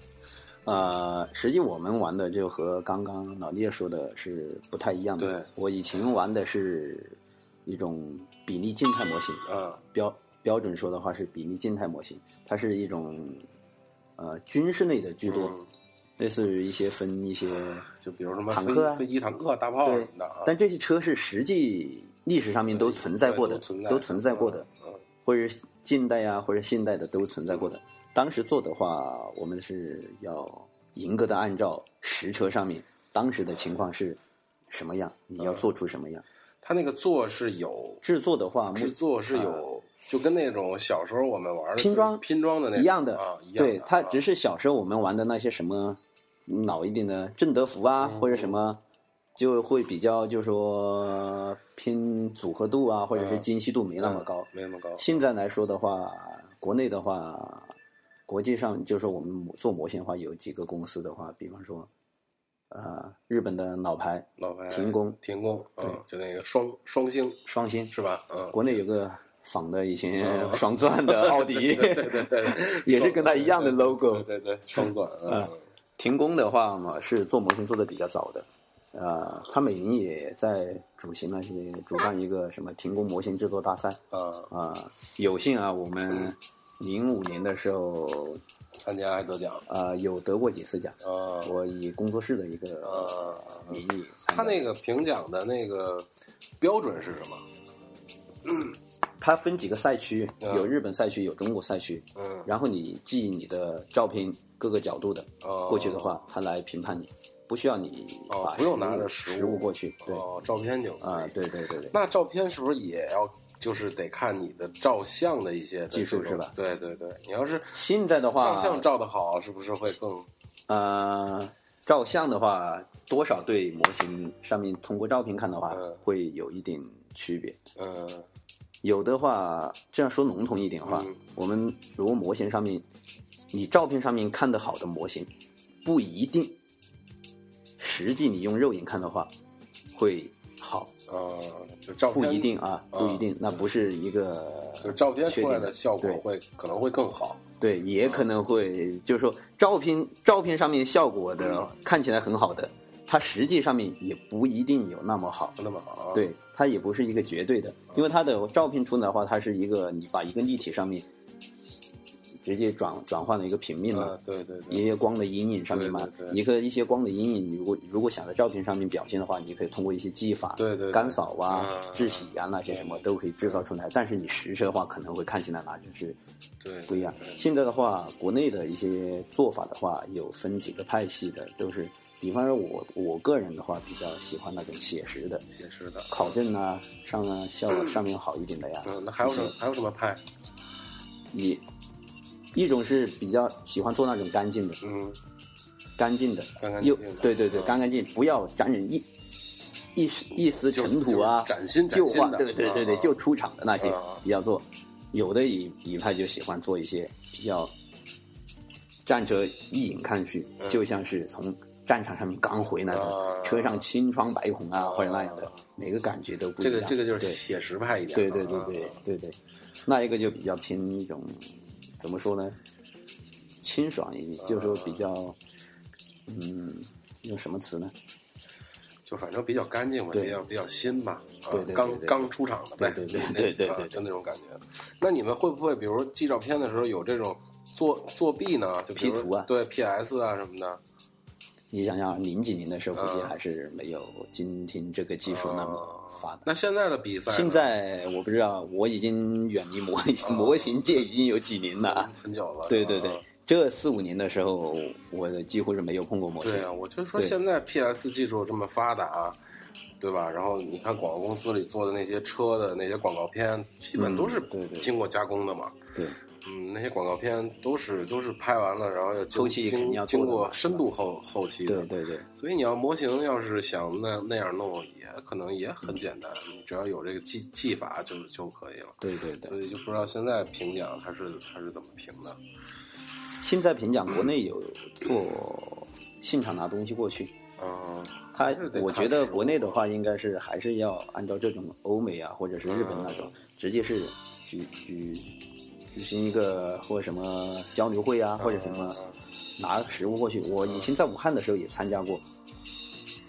呃，实际我们玩的就和刚刚老聂说的是不太一样的。
对，
我以前玩的是一种比例静态模型，
啊，
标标准说的话是比例静态模型，它是一种呃军事类的居多，
嗯
类似于一些分一些，
就比如什么
坦
飞
克啊
飞机、坦克、大炮
对
什么的啊。
但这些车是实际历史上面都存在过的，
对都存在
都存在过的，
嗯嗯
或者是近代啊或者现代的都存在过的。当时做的话，我们是要严格的按照实车上面当时的情况是什么样，你
嗯
要做出什么样。
他那个做是有
制作的话，目
制作是有，就跟那种小时候我们玩的
啊拼装
就是拼装的那种
一样的，
啊，一样的
对，它只
是
是小时候我们玩的那些什么老一点的正德福啊，
嗯
或者什么，就会比较就说拼组合度啊，或者
嗯
是精细度没那么高。
没那么高。
现在来说的话，国内的话，国际上就是我们做模型的话，有几个公司的话，比方说，呃，日本的老牌
老牌
停工
停工，嗯，就那个双双星
双星，
是吧？嗯，
国内有个仿的以前 双钻的奥迪，
哦对对对，对
也是跟它一样的 logo
对对对，双钻，嗯，
停工的话嘛，是做模型做的比较早的，呃，他每年也在主行那些主办一个什么停工模型制作大赛
啊，
啊、有幸啊，我们零五年的时候
参加还得奖
啊、呃有得过几次奖，
啊
我以工作室的一个呃
啊。
名义参
他
加，
那个评奖的那个标准是什么？
它分几个赛区，
嗯
有日本赛区，有中国赛区，
嗯，
然后你寄你的照片各个角度的
哦
过去的话，他来评判你，不需要你
哦
把
不用拿着实物
实物过去，对啊、
哦，照片就可以
对对对对。
那照片是不是也要就是得看你的照相的一些的
技术
这种
是吧？
对对对，你要是
现在的话，
照相照的好，是不是会更
呃，照相的话，多少对模型上面通过照片看的话
嗯，
会有一点区别。
嗯
有的话，这样说笼统一点的话，
嗯
我们如果模型上面，你照片上面看的好的模型，不一定，实际你用肉眼看的话，会好，
呃，就照
不
片
一，定啊，
嗯
不一定，那不是一个
就照片出来的效
确
果
定的
会可能会更好。
对，也可能会，就是说照片照片上面效果
嗯
的看起来很好的，它实际上面也不一定有那么好。
那么好啊，啊
对，它也不是一个绝对的，因为它的照片出来的话，它是一个你把一个立体上面直接转转换了一个平面
啊
嘛，，
对对
一
对，
些光的阴影上面嘛
对对，对
一个一些光的阴影，如果如果想在照片上面表现的话，你可以通过一些技法，
对对对
干扫啊
嗯、
制洗啊那些什么都可以制造出来，但是你实车的话，可能会看起来哪只是。
对
不一样。现在的话，国内的一些做法的话，有分几个派系的，都是，比方说我我个人的话，比较喜欢那种写实的，
写实的。
考证啊，上啊效果上面好一点的呀。
嗯，那还有什么还有什么派？
你一种是比较喜欢做那种干净的，
嗯，
干净的，
干干净
又
净的
对对对，
嗯
干干净，不要沾染一一丝一丝
就
尘土啊
就，崭新
旧
崭新
化，
的，
对对对对，
啊
就出厂的那些
啊啊
比较做。有的一一派就喜欢做一些比较战车一眼看去，就像是从战场上面刚回来
嗯啊
的，车上青疮白孔啊，或者那样的
啊，
每个感觉都不一
这
样。
个这个就是
对
写实派一点啊。
对对对对
啊
对对，那一个就比较偏一种怎么说呢，清爽一点，就是说比较，
呃
嗯，用什么词呢？
就反正比较干净吧，
对
比较比较新吧，啊
对对对，
刚
对
刚出厂的呗，
对对对
那
对对
啊
对对
就那种感觉。那你们会不会，比如寄照片的时候有这种作作弊呢？就比如
P 图啊
对 PS 啊什么的，
你想想，零几年的时候，估计
嗯
还是没有今天这个技术那么发达。
那现在的比赛呢，
现在我不知道，我已经远离
哦
模模型界已经有几年了。
很久了，
对对对
啊，
这四五年的时候，我几乎是没有碰过模型
对。啊，我就说
对
现在 PS 技术这么发达，对吧？然后你看广告公司里做的那些车的那些广告片，基本都是
嗯对对
经过加工的嘛。
对，
嗯，那些广告片都是都是拍完了，然后要经
后期肯定要
经经
做的
过
嘛
深度后后期的
对，对对，
所以你要模型要是想那那样弄，也可能也很简单，你只要有这个技技法就就可以了。
对对对。
所以就不知道现在评奖它是它是怎么评的。
现在评奖国内有做现场拿东西过去，
嗯，
它
是得看
我觉得
实物
国内的话，应该是还是要按照这种欧美啊，或者是日本那种，直接是举举举行一个或者什么交流会啊，或者什么
嗯
拿食物过去。我
啊
以前在武汉的时候也参加过，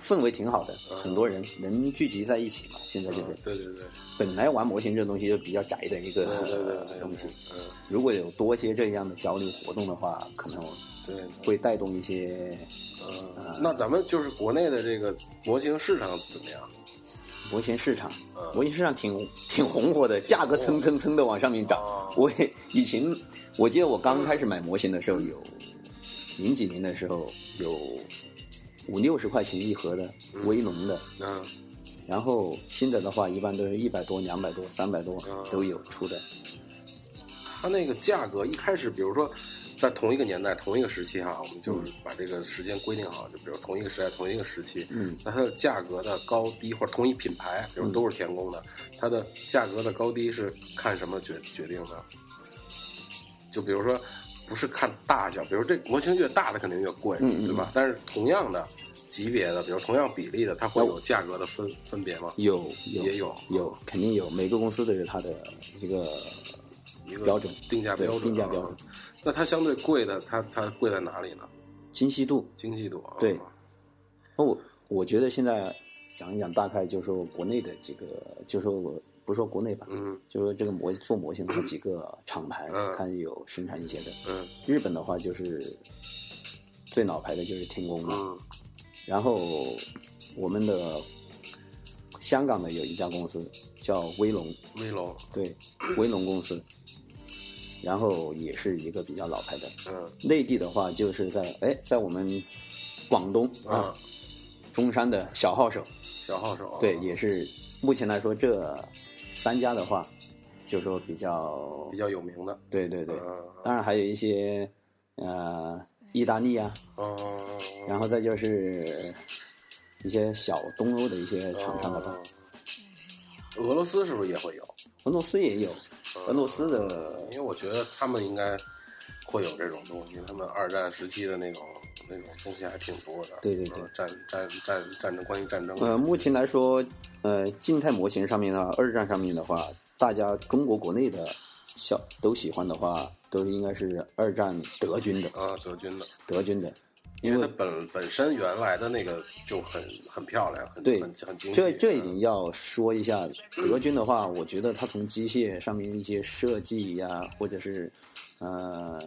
氛围挺好的，
啊
很多人能聚集在一起嘛。现在就是
对对对，
本来玩模型这东西就比较窄的一个
对对对
呃
对，
东西，
嗯，
如果有多些这样的交流活动的话，可能
对，
会带动一些
嗯，那咱们就是国内的这个模型市场怎么样？
模型市场
嗯，
模型市场挺挺红火的，价格蹭蹭蹭的往上面涨
哦。
我也以前，我记得我刚开始买模型的时候有，零几年的时候有五六十块钱一盒的威龙的，
嗯
然后新的的话一般都是一百多、两百多、三百多
嗯
都有出的。
它那个价格一开始，比如说在同一个年代、同一个时期哈，我们
嗯
就是把这个时间规定好，就比如同一个时代、同一个时期，
嗯，
那它的价格的高低，或者同一品牌，比如都是田宫的，它的价格的高低是看什么决决定的？就比如说，不是看大小，比如这模型越大的肯定越贵，
嗯嗯
对吧？但是同样的级别的，比如同样比例的，它会有价格的分分别吗？
有有
也有
有，肯定有，每个公司都有它的一个
一个
标准
定价
对
标准，
定价标准
啊。那它相对贵的，它它贵在哪里呢？
精细度。
精细度啊，
对那我我觉得现在讲一讲，大概就说国内的几个，就说我不说国内吧，
嗯
就说这个模做模型的几个厂牌，
嗯
看有生产一些的。
嗯
日本的话就是最老牌的就是天宫嘛，
嗯
然后我们的香港的有一家公司叫威龙，
威龙，
对，威龙公司，然后也是一个比较老牌的。
嗯
内地的话就是在哎，在我们广东啊
啊，
中山的小号手。
小号手啊，
对，也是目前来说这三家的话，就说比较
比，较有名的，
对对对，
嗯
当然还有一些呃意大利啊，
嗯，
然后再就是一些小东欧的一些厂商了
哦
吧，
嗯俄罗斯是不是也会有？
俄罗斯也有，
哦
俄罗斯的
因为我觉得他们应该会有这种东西，他们二战时期的那种那种东西还挺多的。
对对对
嗯战战战战争关于战争的，
呃目前来说呃静态模型上面呢，二战上面的话，大家中国国内的小都喜欢的话，都应该是二战德军的
啊，德军的，
德军的，
因
因
为
为
它本本身原来的那个就很很漂亮，很
对
很很精细。
这这一
嗯
点要说一下，德军的话，我觉得他从机械上面一些设计呀、或者是呃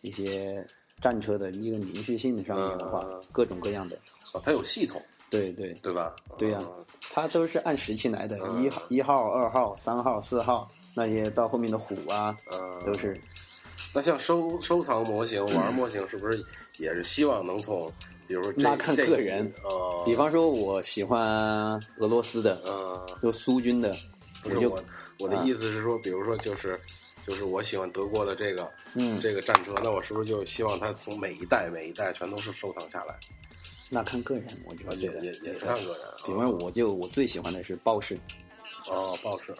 一些战车的一个连续性上面的话，
嗯
各种各样的，
哦它有系统，
对对，
对吧？
对呀
嗯
它都是按时期来的，一号、一号、二号、三号、四号那些到后面的虎啊，
嗯
都是
那像收收藏模型、玩模型，是不是也是希望能从，比如说这
那看
这
个人
哦，
比方说我喜欢俄罗斯的，
嗯，
就苏军的，
不是
就啊
我我的意思是说，比如说就是就是我喜欢德国的这个
嗯
这个战车，那我是不是就希望它从每一代每一代全都是收藏下来？
那看个人，我就
啊，也
觉得
也也是看个人啊。
比方说我就我最喜欢的是豹式。
哦，报纸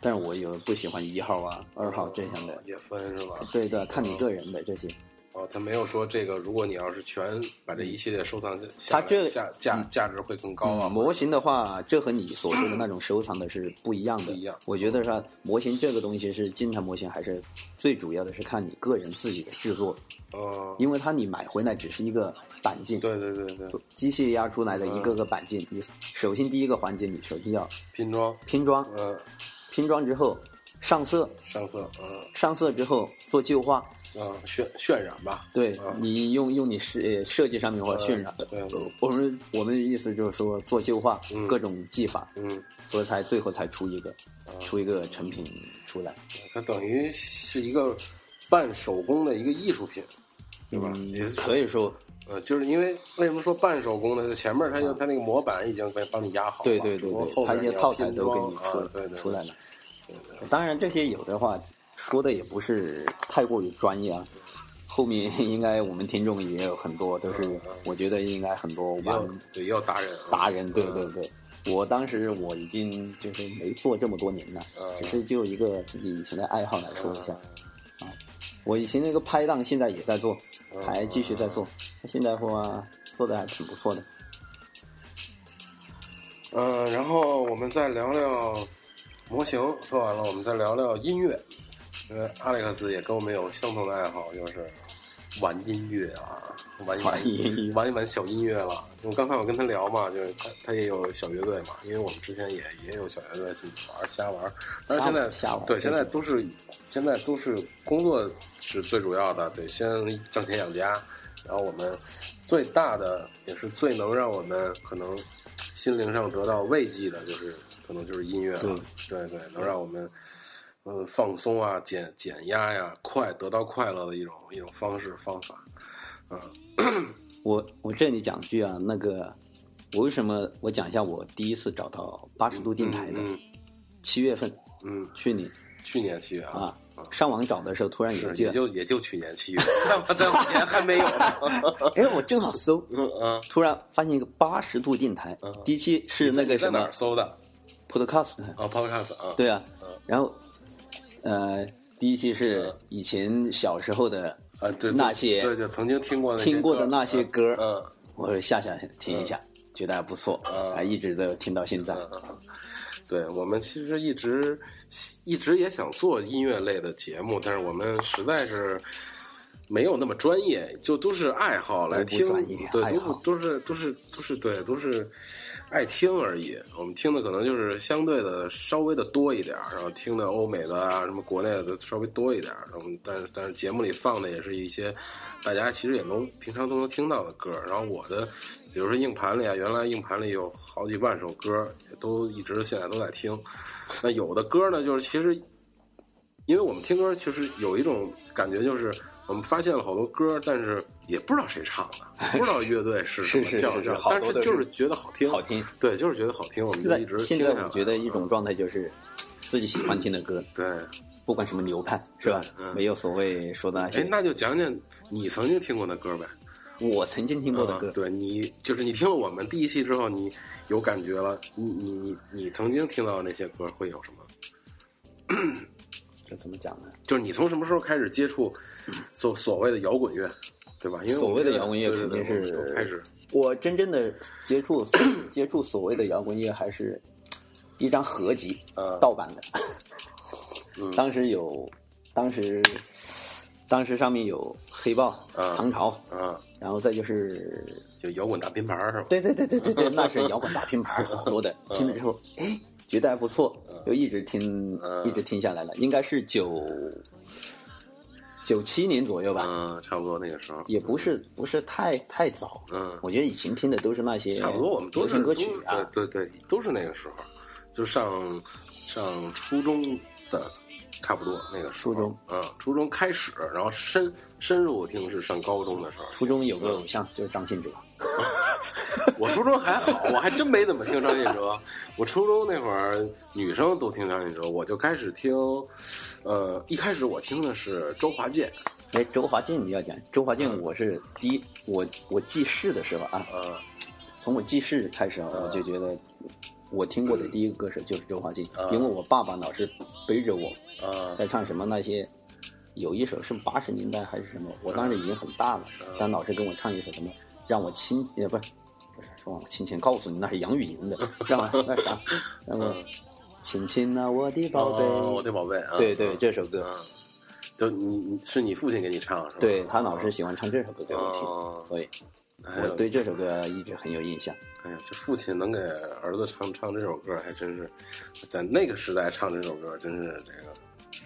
但是我有不喜欢一号啊、二号这样的，
也分是吧？
对对，看你个人的这些。
哦，他没有说这个，如果你要是全把这一系列收藏下下
它
来，
嗯这嗯
价价价值会更高啊。
哦模型的话，这和你所说的那种收藏的是不一样的。
不一样
我觉得是吧模型这个东西是静态模型，还是最主要的是看你个人自己的制作，
嗯，
因为它你买回来只是一个板件，
对嗯对对对，
机械压出来的一个个板件。你首先第一个环节，你首先要
拼装，
拼装，
嗯，
拼装之后上色，
上色，嗯
上色之后做旧化，
嗯，渲渲染吧，
对你用用你设呃设计上面或者渲染的，
啊对对
我们我们的意思就是说做旧化，
嗯
各种技法，
嗯，
所以才最后才出一个
啊
出一个成品出来。
它等于是一个半手工的一个艺术品，对吧？也是
嗯可以说，
呃，就是因为为什么说半手工呢？前面它就它那个模板已经被帮你压好了，
嗯对对对
只不过
对，
后
它
边
一些
你要
套材
拼
都给
装
你
啊
出
对对
出来了。
对对
当然这些有的话，说的也不是太过于专业啊。后面应该我们听众也有很多都是
嗯嗯，
我觉得应该很多
也有
玩
对也有达人啊，
达人，对对对。我当时我已经就是没做这么多年了，
嗯
只是就一个自己以前的爱好来说一下。啊
嗯
我以前那个拍档现在也在做，
嗯
还继续在做。现在的话做的还挺不错的。
嗯，然后我们再聊聊模型，说完了，我们再聊聊音乐，因为阿历克斯也跟我们有相同的爱好，就是玩音乐啊，玩一玩
玩音乐
玩一玩小音乐了。我刚才我跟他聊嘛，就是他他也有小乐队嘛，因为我们之前也也有小乐队自己玩瞎玩，但是现在
瞎玩
对
瞎
现
玩
在都是现在都是工作是最主要的，得先挣钱养家。然后我们最大的也是最能让我们可能心灵上得到慰藉的，就是可能就是音乐了。对对，能让我们嗯放松啊、减减压呀、快得到快乐的一种一种方式方法。
我我这里讲句啊，那个我为什么我讲一下我第一次找到八十度电台的，
嗯
七月份
嗯，
去年
去年七月啊，
啊，上网找的时候突然有
是
一句
也，就也就去年七月， 在我在我前还没有 呢。
哎，我正好搜，
嗯嗯，
突然发现一个八十度电台
嗯，
第一期是那个
你在
什
哪
么
儿搜的
podcast，
啊？Podcast 啊，
对啊
嗯，
然后呃，第一期是以前小时候的呃
啊对，对
那些
对对曾经听过那些
听过的
歌
那些歌，
嗯
我下下听一下，
啊
觉得还不错，
嗯
啊，一直都听到现在。
嗯嗯，对我们其实一直一直也想做音乐类的节目，但是我们实在是没有那么专业，就都是爱好来听
都不专业，
对，
爱
都
好
不都是都是都是对，都是爱听而已。我们听的可能就是相对的稍微的多一点儿，然后听的欧美的啊，什么国内的稍微多一点儿。我们但是但是节目里放的也是一些大家其实也能平常都能听到的歌儿。然后我的，比如说硬盘里啊，原来硬盘里有好几万首歌，也都一直现在都在听。那有的歌呢，就是其实因为我们听歌其实有一种感觉，就是我们发现了好多歌，但是也不知道谁唱的，不知道乐队是什么
哎是是是
叫
是
叫，
好
但
多
是
都
就是是觉得好听，
好听。
对，就是觉得好听，我们就
现在
一直
现
听
在
下来
我觉得一种状态就是自己喜欢听的歌，
对，
不管什么流派，是吧？
嗯
没有所谓说的那
哎
些，。
那就讲讲你曾经听过的歌呗。
我曾经听过
嗯
的歌，
对你就是你听了我们第一期之后，你有感觉了，你你你你曾经听到的那些歌会有什么？
这怎么讲呢？
就是你从什么时候开始接触所所谓的摇滚乐，对吧？因为我
所
们
谓的
现在
摇滚乐
对对
肯定
对我们
是
开始，
我真正的接触 接触所谓的摇滚乐，还是一张合集，
嗯
盗版的。 当时有，当时当时上面有黑豹、
嗯
唐朝，
啊，
然后再就是
就摇滚大拼盘儿是吧？
对对对对对对，那是摇滚大拼盘，好多的。
嗯
听了之后，哎，觉得还不错，就一直听，
嗯
一直听下来了。应该是九九七年左右吧，
嗯，差不多那个时候，
也不是不是太太早。
嗯
我觉得以前听的都是那些
差不多我们
流
都是
行歌曲啊，
都是对对对，都是那个时候，就上上初中的差不多那个时候，
初中，
嗯，初中开始，然后深深入听是上高中的时候。
初中有个偶像就是张信哲，
我初中还好，我还真没怎么听张信哲。我初中那会儿，女生都听张信哲，我就开始听，呃，一开始我听的是周华健，
哎，周华健你要讲，周华
嗯
健我是第一，我我记事的时候啊，
呃
从我记事开始啊，我
嗯
就觉得我听过的第一个歌手就是周华健，
嗯
因为我爸爸老是背着我
呃
在唱什么那些，有一首是八十年代还是什么，我当时已经很大了，
嗯
但老师跟我唱一首什么，让我亲也不是不是说我亲亲，告诉你那是杨钰莹的，
嗯
让我那 啥，让我亲亲啊我的宝贝，
哦我的宝贝啊，
对对，这首歌，
嗯，就你你是你父亲给你唱是吧？
对他老是喜欢唱这首歌给我
哦
听，所以
哎
我
呦，
对这首歌一直很有印象。
哎呀，这父亲能给儿子唱唱这首歌，还真是在那个时代唱这首歌，真是这个。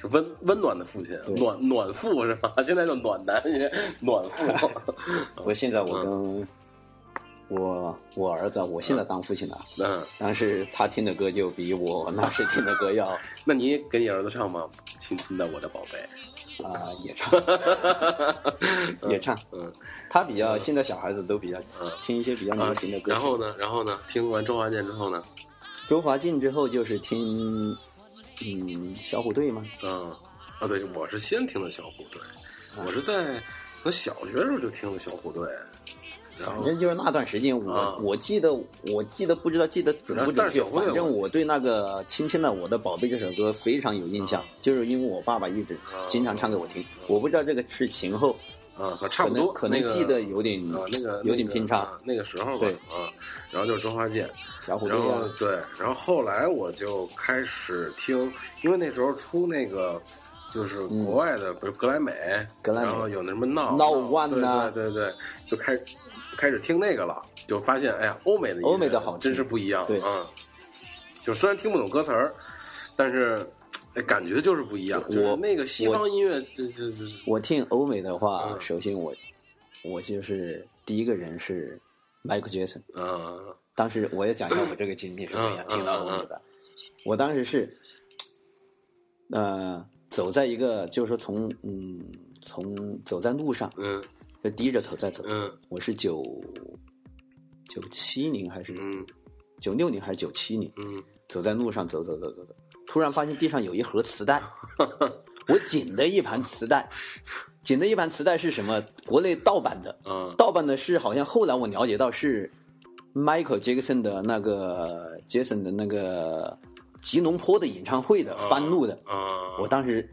是温温暖的父亲，暖暖父是吧？现在叫暖男，暖父。
不过现在
嗯
我跟我我儿子，我现在当父亲了，
嗯，
但是他听的歌就比我那时听的歌要啊、
那你给你儿子唱吗？亲亲的我的宝贝。
呃也唱也唱，
嗯
他比较现在小孩子都比较听一些比较流行的歌
啊嗯
曲。
然后呢，然后呢，听完周华健之后呢，
周华健之后就是听嗯小虎队嘛，
嗯，啊，对，我是先听的小虎队，我是在我小学时候就听的小虎队，然
反
后
正就是那段时间我，我、
啊
记得，我记得不知道记得准不准
但是
确，
小朋友
反正我对那个《亲亲的我的宝贝》这首歌非常有印象，
嗯
就是因为我爸爸一直
啊
经常唱给我听。我不知道这个是前后，
啊，差不多，
可能
那
可
个
能记得有点、
啊，那个
嗯有点偏差。
那个啊那个时候吧，
对
啊，然后就是周华健，
小虎队
然后
啊，
对，然后后来我就开始听，因为那时候出那个就是国外的，比如格莱美，
嗯格莱美
然后有那什么 Now
Now One 啊
对对对，就开开始听那个了，就发现哎呀，欧美的音乐
欧美的好听
真是不一样，
对
嗯，就虽然听不懂歌词儿，但是哎，感觉就是不一样，
对
就是
我
那个西方音乐，这这这，
我听欧美的话，
嗯
首先我我就是第一个人是 Michael Jackson。
嗯
当时我也讲一下我这个 经历是怎样
嗯
听到欧美的。我当时是，呃，走在一个就是说从嗯从走在路上
嗯
就低着头在走。
嗯
我是九九七年还是
嗯
九六年还是九七年，
嗯
走在路上走走走走走，突然发现地上有一盒 磁带，我捡的一盘磁带，捡的一盘磁带是什么？国内盗版的。
嗯
盗版的是好像后来我了解到是 Michael Jackson 的那个 Jackson 的那个吉隆坡的演唱会的翻录的，
嗯，
我当时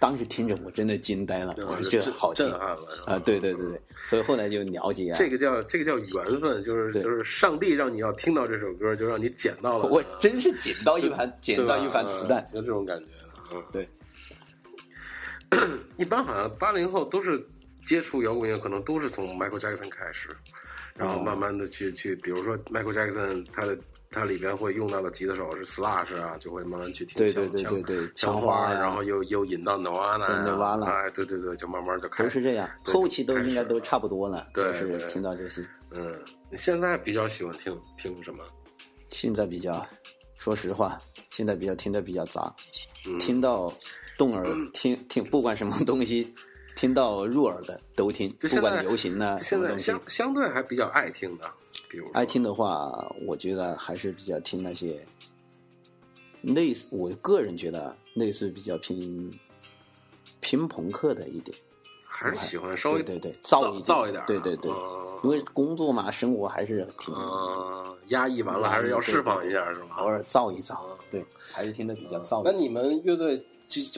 当时听着我真的惊呆了，我说这好听
嗯震撼了是吧
啊！对对对对，所以后来就了解啊，
这个叫这个叫缘分，就是
对
就是上帝让你要听到这首歌，就让你捡到了，
我真是捡到一盘捡
对吧
到一盘磁带
嗯，就这种感觉的。嗯，
对。
一般好像八零后都是接触摇滚乐，可能都是从 Michael Jackson 开始，然
哦
后慢慢的去去，比如说 Michael Jackson 他的。他里边会用到的吉他手是 Slash 啊，就会慢慢去听
对
枪
对对对对
枪
枪
花
花
儿，
呀
然后又又引到 Nirvana
对
呀
Nirvana
哎，对对对，就慢慢就开
都
始
是这样，
对
后期都应
开
该
始
都差不多了，
对
就
对
是
对
听到这些。
嗯，你现在比较喜欢听听什么？
现在比较，说实话，现在比较听的比较杂，
嗯
听到动耳，听听不管什么东西，听到入耳的都听，
就
不
现在
管流行呢啊什
现
么
在
东西，
相相对还比较爱听的，比如说
爱听的话，我觉得还是比较听那些类似，我个人觉得类似比较偏偏朋克的一点，
还是喜欢稍微
对对对
造
燥一点
燥一点，
对对对
嗯
因为工作嘛，生活还是挺
嗯，压抑完了还是要释放一下，是吧
偶？尔燥一燥
嗯，
对，啊还是听的比较燥一
那
点。
你们乐队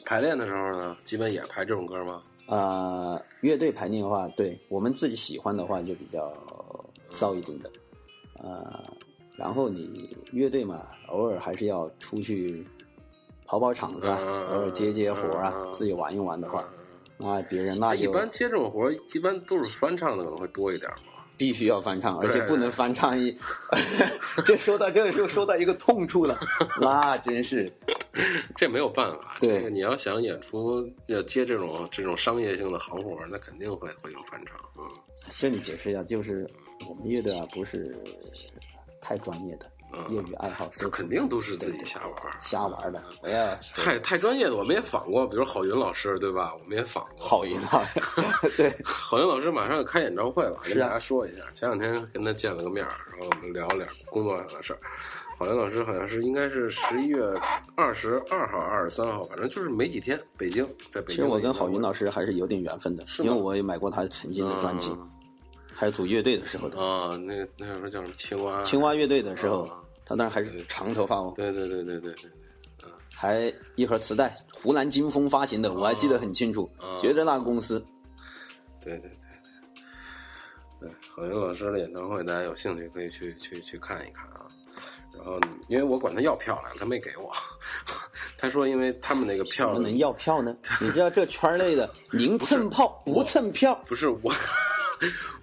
排练的时候呢，基本也排这种歌吗？
呃，乐队排练的话，对我们自己喜欢的话就比较
嗯
燥一点的，呃，然后你乐队嘛，偶尔还是要出去跑跑场子啊，
嗯
偶尔接接活啊，
嗯
自己玩一玩的话，那别人
那
那
一
就
般接这种活，一般都是翻唱的可能会多一点嘛。
必须要翻唱，而且
对
不能翻唱一， 这说到这个就说到一个痛 处了，那真是
这没有办法，
对
这个你要想演出要接这种这种商业性的行活，那肯定会会有翻唱。嗯
这里解释一下，就是我们乐队啊不是太专业的，
嗯
业余爱好者
这肯定都是自己瞎玩儿
瞎玩的，
嗯
不要说
太太专业的，我们也访过，比如郝云老师，对吧？我们也访过。
好运啊， 对，
郝云老师马上要开演唱会了，跟
是啊
大家说一下。前两天跟他见了个面儿，然后我们聊了点工作上的事儿。郝云老师好像是应该是十一月二十二号、二十三号，反正就是没几天，北京，在北
其
京。
实我跟郝云老师还是有点缘分的，
是
因
吗
为我也买过他曾经的专辑，还有组乐队的时候的，
嗯啊、那个那时候叫什么青蛙？
青蛙乐队的时候
啊，
他当时还是长头发哦，
嗯对。对对对对对对。
还一盒磁带，湖南金风发行的，我还记得很清楚
啊，
觉得那个公司
对对对对，对郝云老师的演唱会，大家有兴趣可以去去去看一看啊。然后，因为我管他要票来了，他没给我。 他说，因为他们那个
怎
票
么能要票呢？你知道这圈儿内的宁蹭炮不蹭票，
不是我，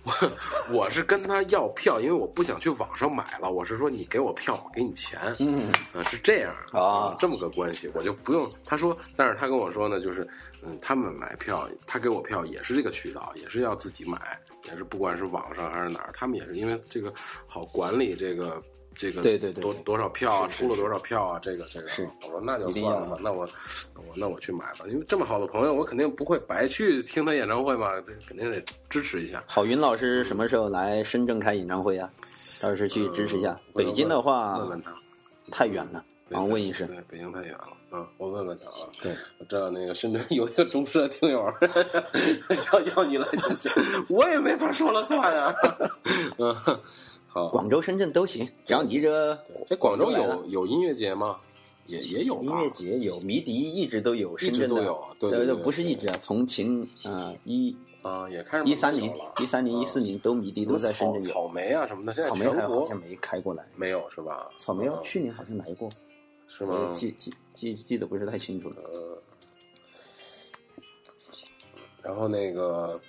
我我是跟他要票，因为我不想去网上买了。我是说，你给我票，我给你钱。嗯，呃，是这样嗯
啊
这么个关系，我就不用。他说，但是他跟我说呢，就是，嗯，他们买票，他给我票也是这个渠道，也是要自己买，也是不管是网上还是哪儿，他们也是因为这个好管理这个。这个
对对对
多
对
多少票啊，出了多少票啊？这个这个，
是
我说那就
一定
算了
要
吧，那我那我那我去买吧，因为这么好的朋友，我肯定不会白去听他演唱会嘛，这肯定得支持一下。
郝云老师什么时候来深圳开演唱会啊？到时候去支持一下。
嗯
北京的话
问问他，
太远了，
北
昂问一声
对，北京太远了。嗯，我问问他啊。
对，
我知道那个深圳有一个中社听友要要你来深 圳，我也没法说了算啊。嗯，好。
广州、深圳都行，只要离着
哎，广州
来了
有有音乐节吗？也也有
音
吧
乐。节有，迷笛一直都有，
一
深
直
圳的
都有啊对对
呃
对
不是一直啊，从秦啊一
啊，也开始
一三
慢慢
年
有了、
一三年、
啊
一四年都迷笛
什
都
么
在深
草
圳有，
草莓啊什么的，现在
草莓
全
还好
国
像没开过来，
没有是吧？
草莓
嗯
去年好像来过，
是
我
吗？
记记记记得不是太清楚了。
然后那个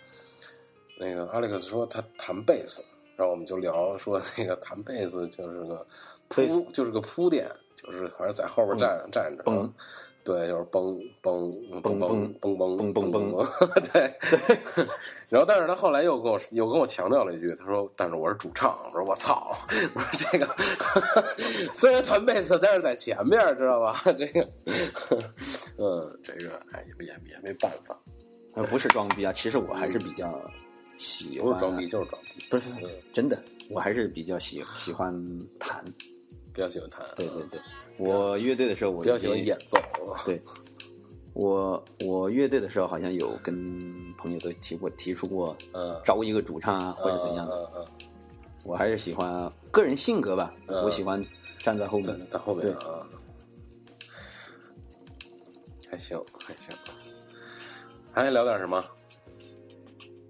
那个 Alex 说他弹贝斯，然后我们就聊说那个弹贝斯就是个
对
铺，就是个铺垫，就是反正在后边站、站着，嗯
蹦
对，就是蹦蹦蹦
蹦
蹦蹦
蹦蹦
蹦
蹦，
对。然后，但是他后来又跟我又跟我强调了一句，他说：“但是我是主唱。”我说：“我操！” 我说：“这个 虽然弹贝斯，但是在前面，知道吧？ 这个，嗯，这个哎也也也没办法，
呃，不是装逼啊，其实我还是比较喜
不
欢
是装逼，就是装逼，
不是真的，我还是比较喜喜欢弹。
比较喜欢弹，
对对对，我乐队的时候我
比较喜欢
已经
演奏。
对，我我乐队的时候好像有跟朋友都提过提出过呃
嗯，
招一个主唱啊，或者怎样的。
嗯嗯
我还是喜欢个人性格吧，
嗯
我喜欢站在后
嗯，在
面。
在后面
对
啊，还行还行，还聊点什么？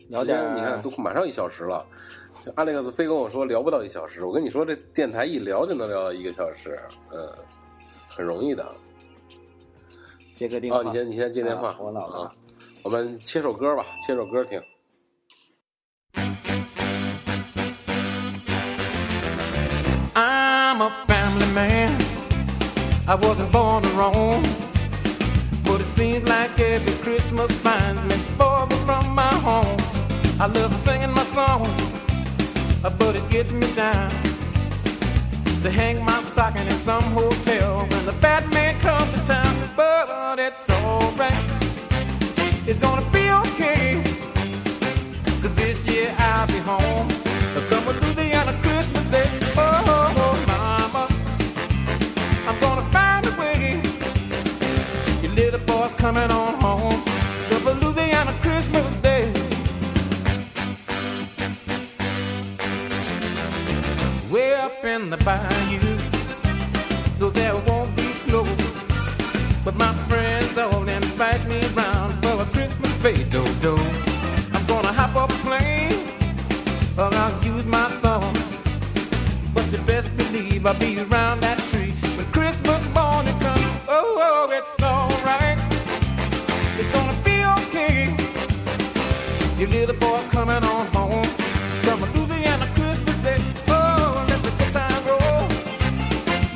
聊点
时
儿
间你看都马上一小时了，阿列克斯非跟我说聊不到一小时，我跟你说这电台一聊就能聊到一个小时，嗯，很容易的。
接个电话，
哦，你先你先接电话，
啊我老了
啊，我们切首歌吧，切首歌听。
I'm a family man. I wasn't born to roam. But it seems like every Christmas finds me farther from my home. I love singing my song, uh, but it gets me down. They hang my stocking in some hotel when the bad man comes to town. But it's alright. It's gonna be okay. Cause this year I'll be home. I'm coming through the end of Christmas Day. Oh, mama. I'm gonna find a way. Your little boy's coming on home. Double Louisiana Christmas Day. Way up in the bayou. Though there won't be snow. But my friends all invite me round for a Christmas fade dodo. I'm gonna hop up a plane, or I'll use my phone. But you best believe I'll be around that tree when Christmas morning comes. Oh, oh it's alright. It's gonna be okay. Your little boy coming on home from a Louisiana Christmas day. Oh, let the good time roll.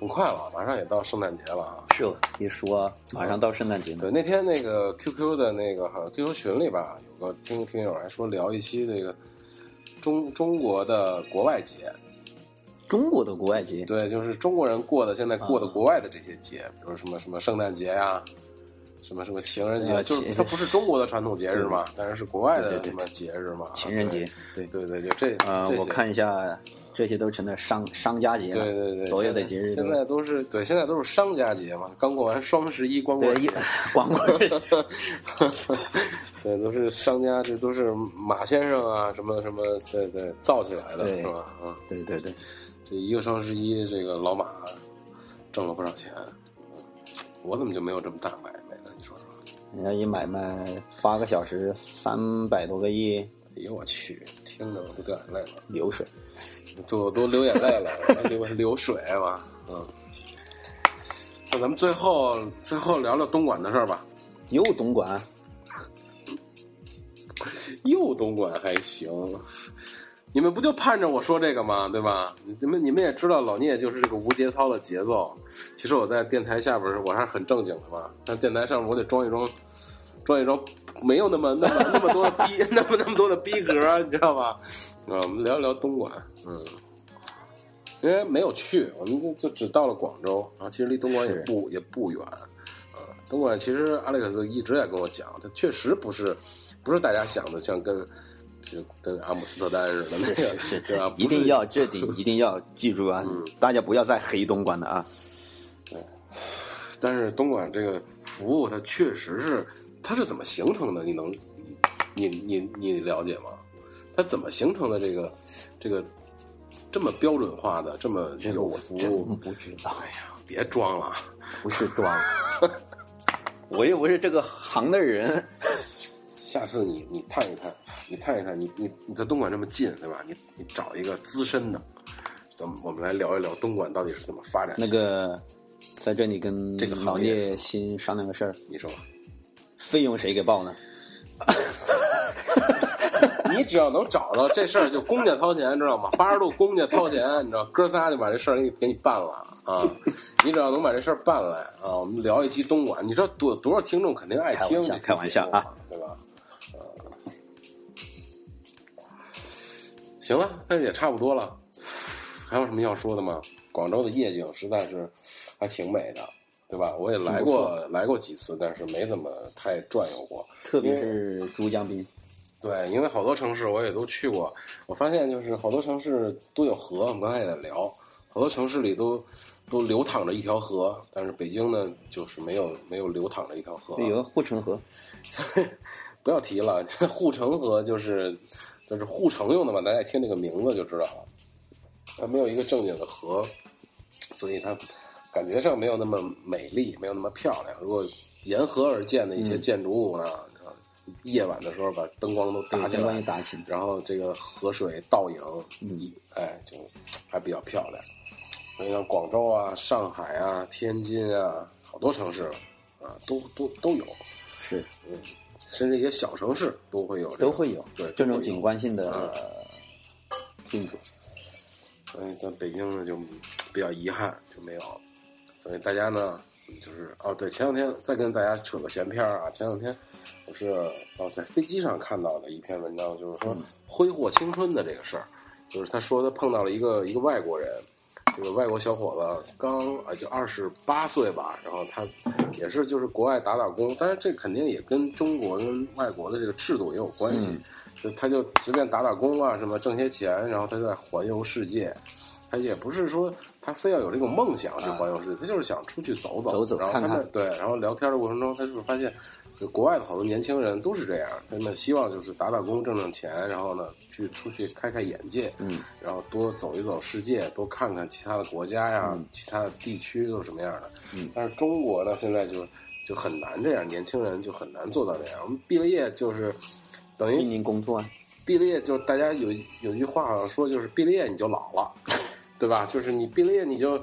很快了，马上也到圣诞节了啊。
是我一说，马上到圣诞节了
对，，那天那个 QQ 的那个哈 QQ 群里吧，有个听听友还说聊一期这个中中国的国外节，
中国的国外节，
对，就是中国人过的现在过的
啊
国外的这些节，比如什么什么圣诞节呀、什么什么情人节，
啊
就是
情
它不是中国的传统节日嘛，但是是国外的
对对对
什么节日嘛，
情人节，对
对，对对，就这
呃，
这些
我看一下这些都成了商商家节了。
对对对，
所有的节日
现
都
在现在都是对，现在都是商家节嘛，刚过完双十一、光棍
对
节
一，光棍节
对，都是商家，这都是马先生啊，什么什么，对对，造起来的
对
是吧？啊，
对对对，
这一个双十一，这个老马挣了不少钱，我怎么就没有这么大买卖呢？你说说，
人家一买卖八个小时三百多个亿
哎呦我去，听着我都掉眼泪了，
流水，
对我都流眼泪了，我还流流水吧，嗯。那咱们最后最后聊聊东莞的事儿吧。
又东莞啊
又东莞还行，你们不就盼着我说这个吗？对吧？你们你们也知道，老聂就是这个无节操的节奏。其实我在电台下边儿我还是很正经的嘛，但电台上面我得装一装，装一装，没有那么那么那么多的逼， 那么那么多的逼格，你知道吧？啊，我们聊一聊东莞，嗯。因为没有去，我们就就只到了广州啊，其实离东莞也
是
不也不远，啊，东莞其实 Alex 一直在跟我讲，它确实不是不是大家想的像跟就跟阿姆斯特丹似的那个，对吧？
一定要 这点一定要记住啊！大家不要再黑东莞了啊！
但是东莞这个服务，它确实是它是怎么形成的？你能你你你了解吗？它怎么形成的这个这个这么标准化的这么有服务？
不知道呀。
别装了，
不是装，我又不是这个行的人。
下次你你探一探，你探一探，你你你在东莞这么近，对吧？你你找一个资深的，咱们我们来聊一聊东莞到底是怎么发展的。
那个，在这里跟
这个行
老
业
聂先商量个事儿，
你说吧，
费用谁给报呢？
你只要能找着这事儿，就公家掏钱，知道吗？八十度公家掏钱，你知道，哥仨就把这事儿给你给你办了啊！你只要能把这事儿办来啊，我们聊一期东莞，你知道多多少听众肯定爱听
开玩笑
这期节目
开玩笑啊，
对吧？呃，行了，那也差不多了，还有什么要说的吗？广州的夜景实在是还挺美的，对吧？我也来过来过几次，但是没怎么太转悠过。
特别是珠江滨，
对，因为好多城市我也都去过，我发现就是好多城市都有河，我们刚才也在聊，好多城市里都都流淌着一条河，但是北京呢就是没有没有流淌着一条河。
有个护城河，
不要提了， 护城河就是就是护城用的嘛，大家一听这个名字就知道了，它没有一个正经的河，所以它感觉上没有那么美丽，没有那么漂亮。如果沿河而建的一
嗯
些建筑物呢，啊夜晚的时候把灯光都打
对，
起
灯
来
光一，打起，
然后这个河水倒影，
嗯，
哎，就还比较漂亮。所以像广州啊、上海啊、天津啊，好多城市啊，都都都有，
是
甚至一些小城市都会有这个、
都会有嗯
对都
这
会有
种景观性的建筑。
所以在北京呢就比较遗憾就没有，所以大家呢就是哦对，前两天再跟大家扯个闲篇儿啊，前两天我是哦在飞机上看到的一篇文章，就是说挥霍青春的这个事儿，就是他说他碰到了一个一个外国人。这个外国小伙子刚啊，就二十八岁吧，然后他也是就是国外打打工，但是这肯定也跟中国跟外国的这个制度也有关系，就他就随便打打工啊，什么挣些钱，然后他在环游世界，他也不是说他非要有这种梦想去环游世界，他就是想出去走走，
走走
然后他
看
们
看
对，然后聊天的过程中，他就是发现，就国外的好多年轻人都是这样，他们希望就是打打工挣挣钱，然后呢去出去开开眼界，嗯，然后多走一走世界，多看看其他的国家呀、其他的地区都是什么样的。嗯，但是中国呢，现在就就很难这样，年轻人就很难做到这样。我们毕了业就是等于
印尼工作啊，
毕了业就是大家有有句话好像说就是毕了业你就老 了，对吧？就是你毕了业你就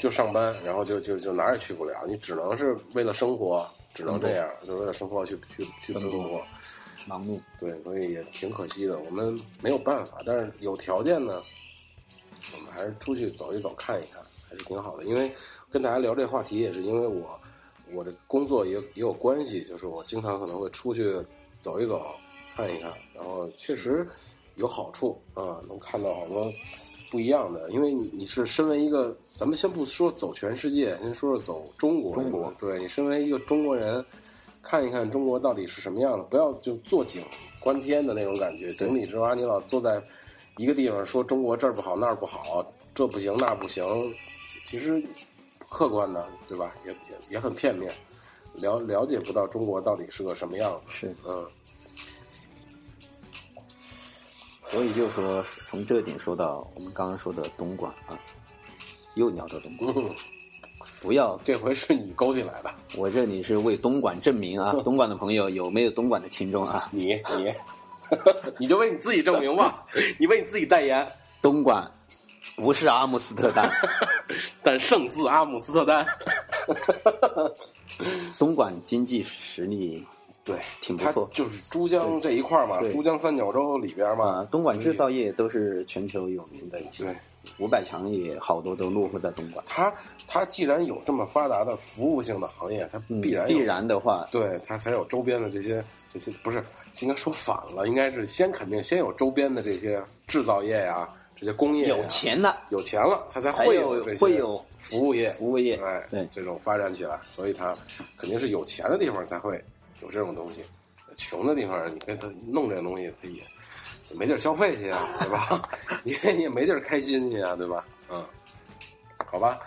就上班，然后就就就哪儿也去不了，你只能是为了生活，只能这样，就为了生活去去去奔波。
盲目
对，所以也挺可惜的，我们没有办法，但是有条件呢，我们还是出去走一走，看一看，还是挺好的。因为跟大家聊这话题，也是因为我我这工作也有也有关系，就是我经常可能会出去走一走，看一看，然后确实有好处啊，能看到好多不一样的。因为你你是身为一个，咱们先不说走全世界，先说说走中国。
中国
对你身为一个中国人，看一看中国到底是什么样的，不要就坐井观天的那种感觉。井底之蛙，你老坐在一个地方说中国这儿不好那儿不好，这不行那不行，其实客观的对吧？也也也很片面，了了解不到中国到底是个什么样子。
是，
嗯，
所以就说从这点说到我们刚刚说的东莞啊，又聊到东莞，不要，
这回是你勾起来的，
我这里是为东莞证明啊，东莞的朋友有没有东莞的听众啊？
你你， 你就为你自己证明吧，你为你自己代言。
东莞不是阿姆斯特丹，
但胜似阿姆斯特丹，
东莞经济实力
对，
挺不
它
错
就是珠江这一块儿嘛，
对
珠江三角洲里边嘛
啊，，东莞制造业都是全球有名的一些
对。
五百强也好多都落户在东莞。
它它既然有这么发达的服务性的行业，它
嗯
必然有
必然的话，
对它才有周边的这些这些不是应该说反了，应该是先肯定先有周边的这些制造业呀、这些工业呀
有钱了
有钱了，它才
才
会
有
这些
会有
服务业
服务业
哎，
对
这种发展起来，所以它肯定是有钱的地方才会有这种东西，穷的地方你跟他弄这种东西，他也也没地儿消费去啊，对吧？你也也没地儿开心去啊，对吧？嗯，好吧，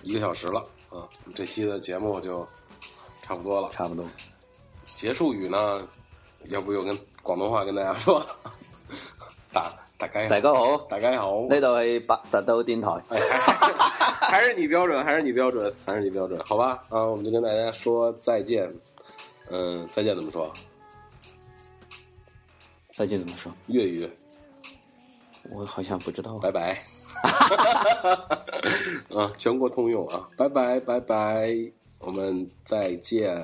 一个小时了，嗯，这期的节目就差不多了。
差不多。
结束语呢，要不就跟广东话跟大家说， 大大概
大家好，
大概好，
呢度系白石岛电台，
哎， 还是还是你标准，还是你标准，还是你标准，好吧？啊，我们就跟大家说再见。嗯，再见怎么说？
再见怎么说？
粤语，
我好像不知道啊。
拜 拜。啊，全国通用啊，拜拜拜拜，我们再见。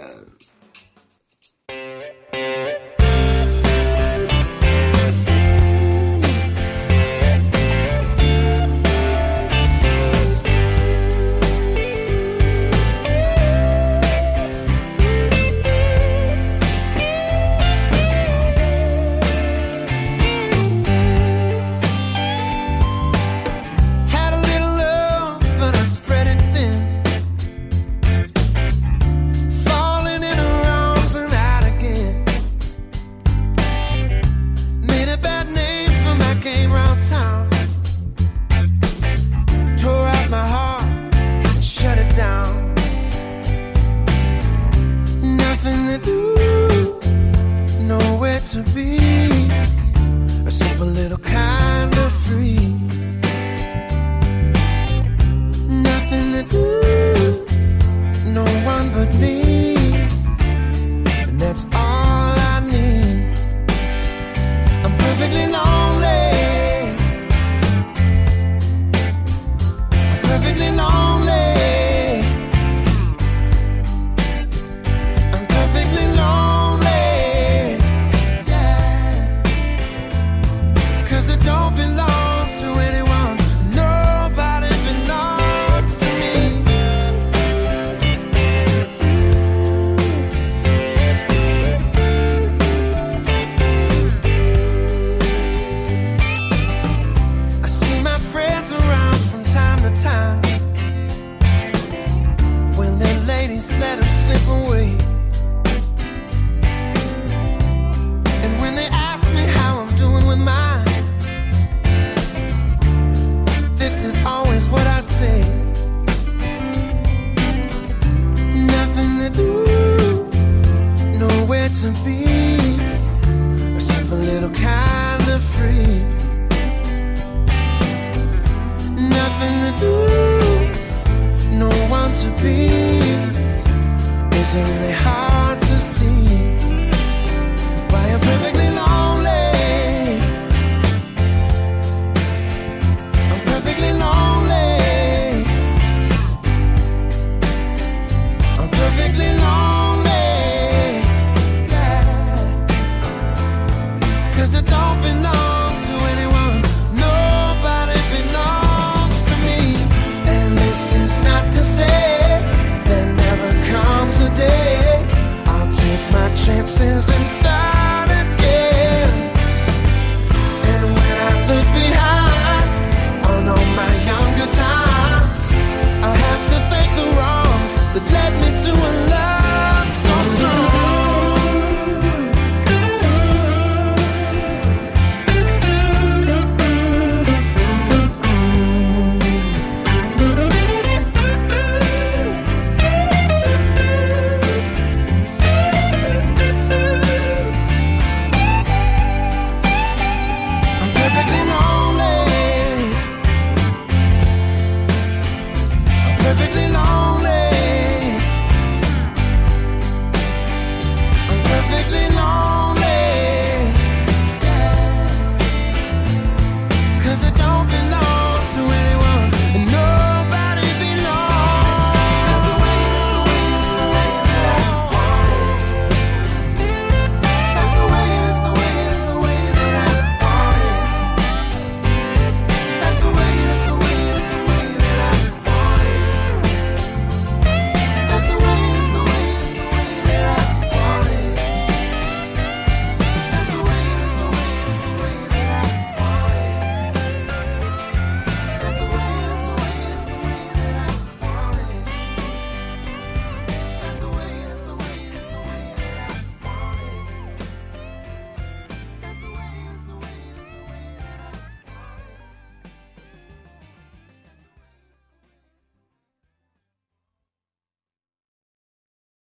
Had a little love, but I spread it thin. Falling in her arms and out again. Made a bad name for my game round town. Tore out my heart, shut it down. Nothing to do, nowhere to be. Except a little kind of free nothing to do. No one but me, and that's all I need. I'm perfectly lonely. I'm perfectly lonely. I'm perfectly lonely. Yeah. Cause it don't belong to anyone. Nobody belongs to me. I see my friends around from time to time. When the ladies let 'em slip away. And when they ask me how I'm doing with mine, this is always what I say. Nothing to do, nowhere to be, except a little kind of free. Nothing to do, no one to be. Is it really hard?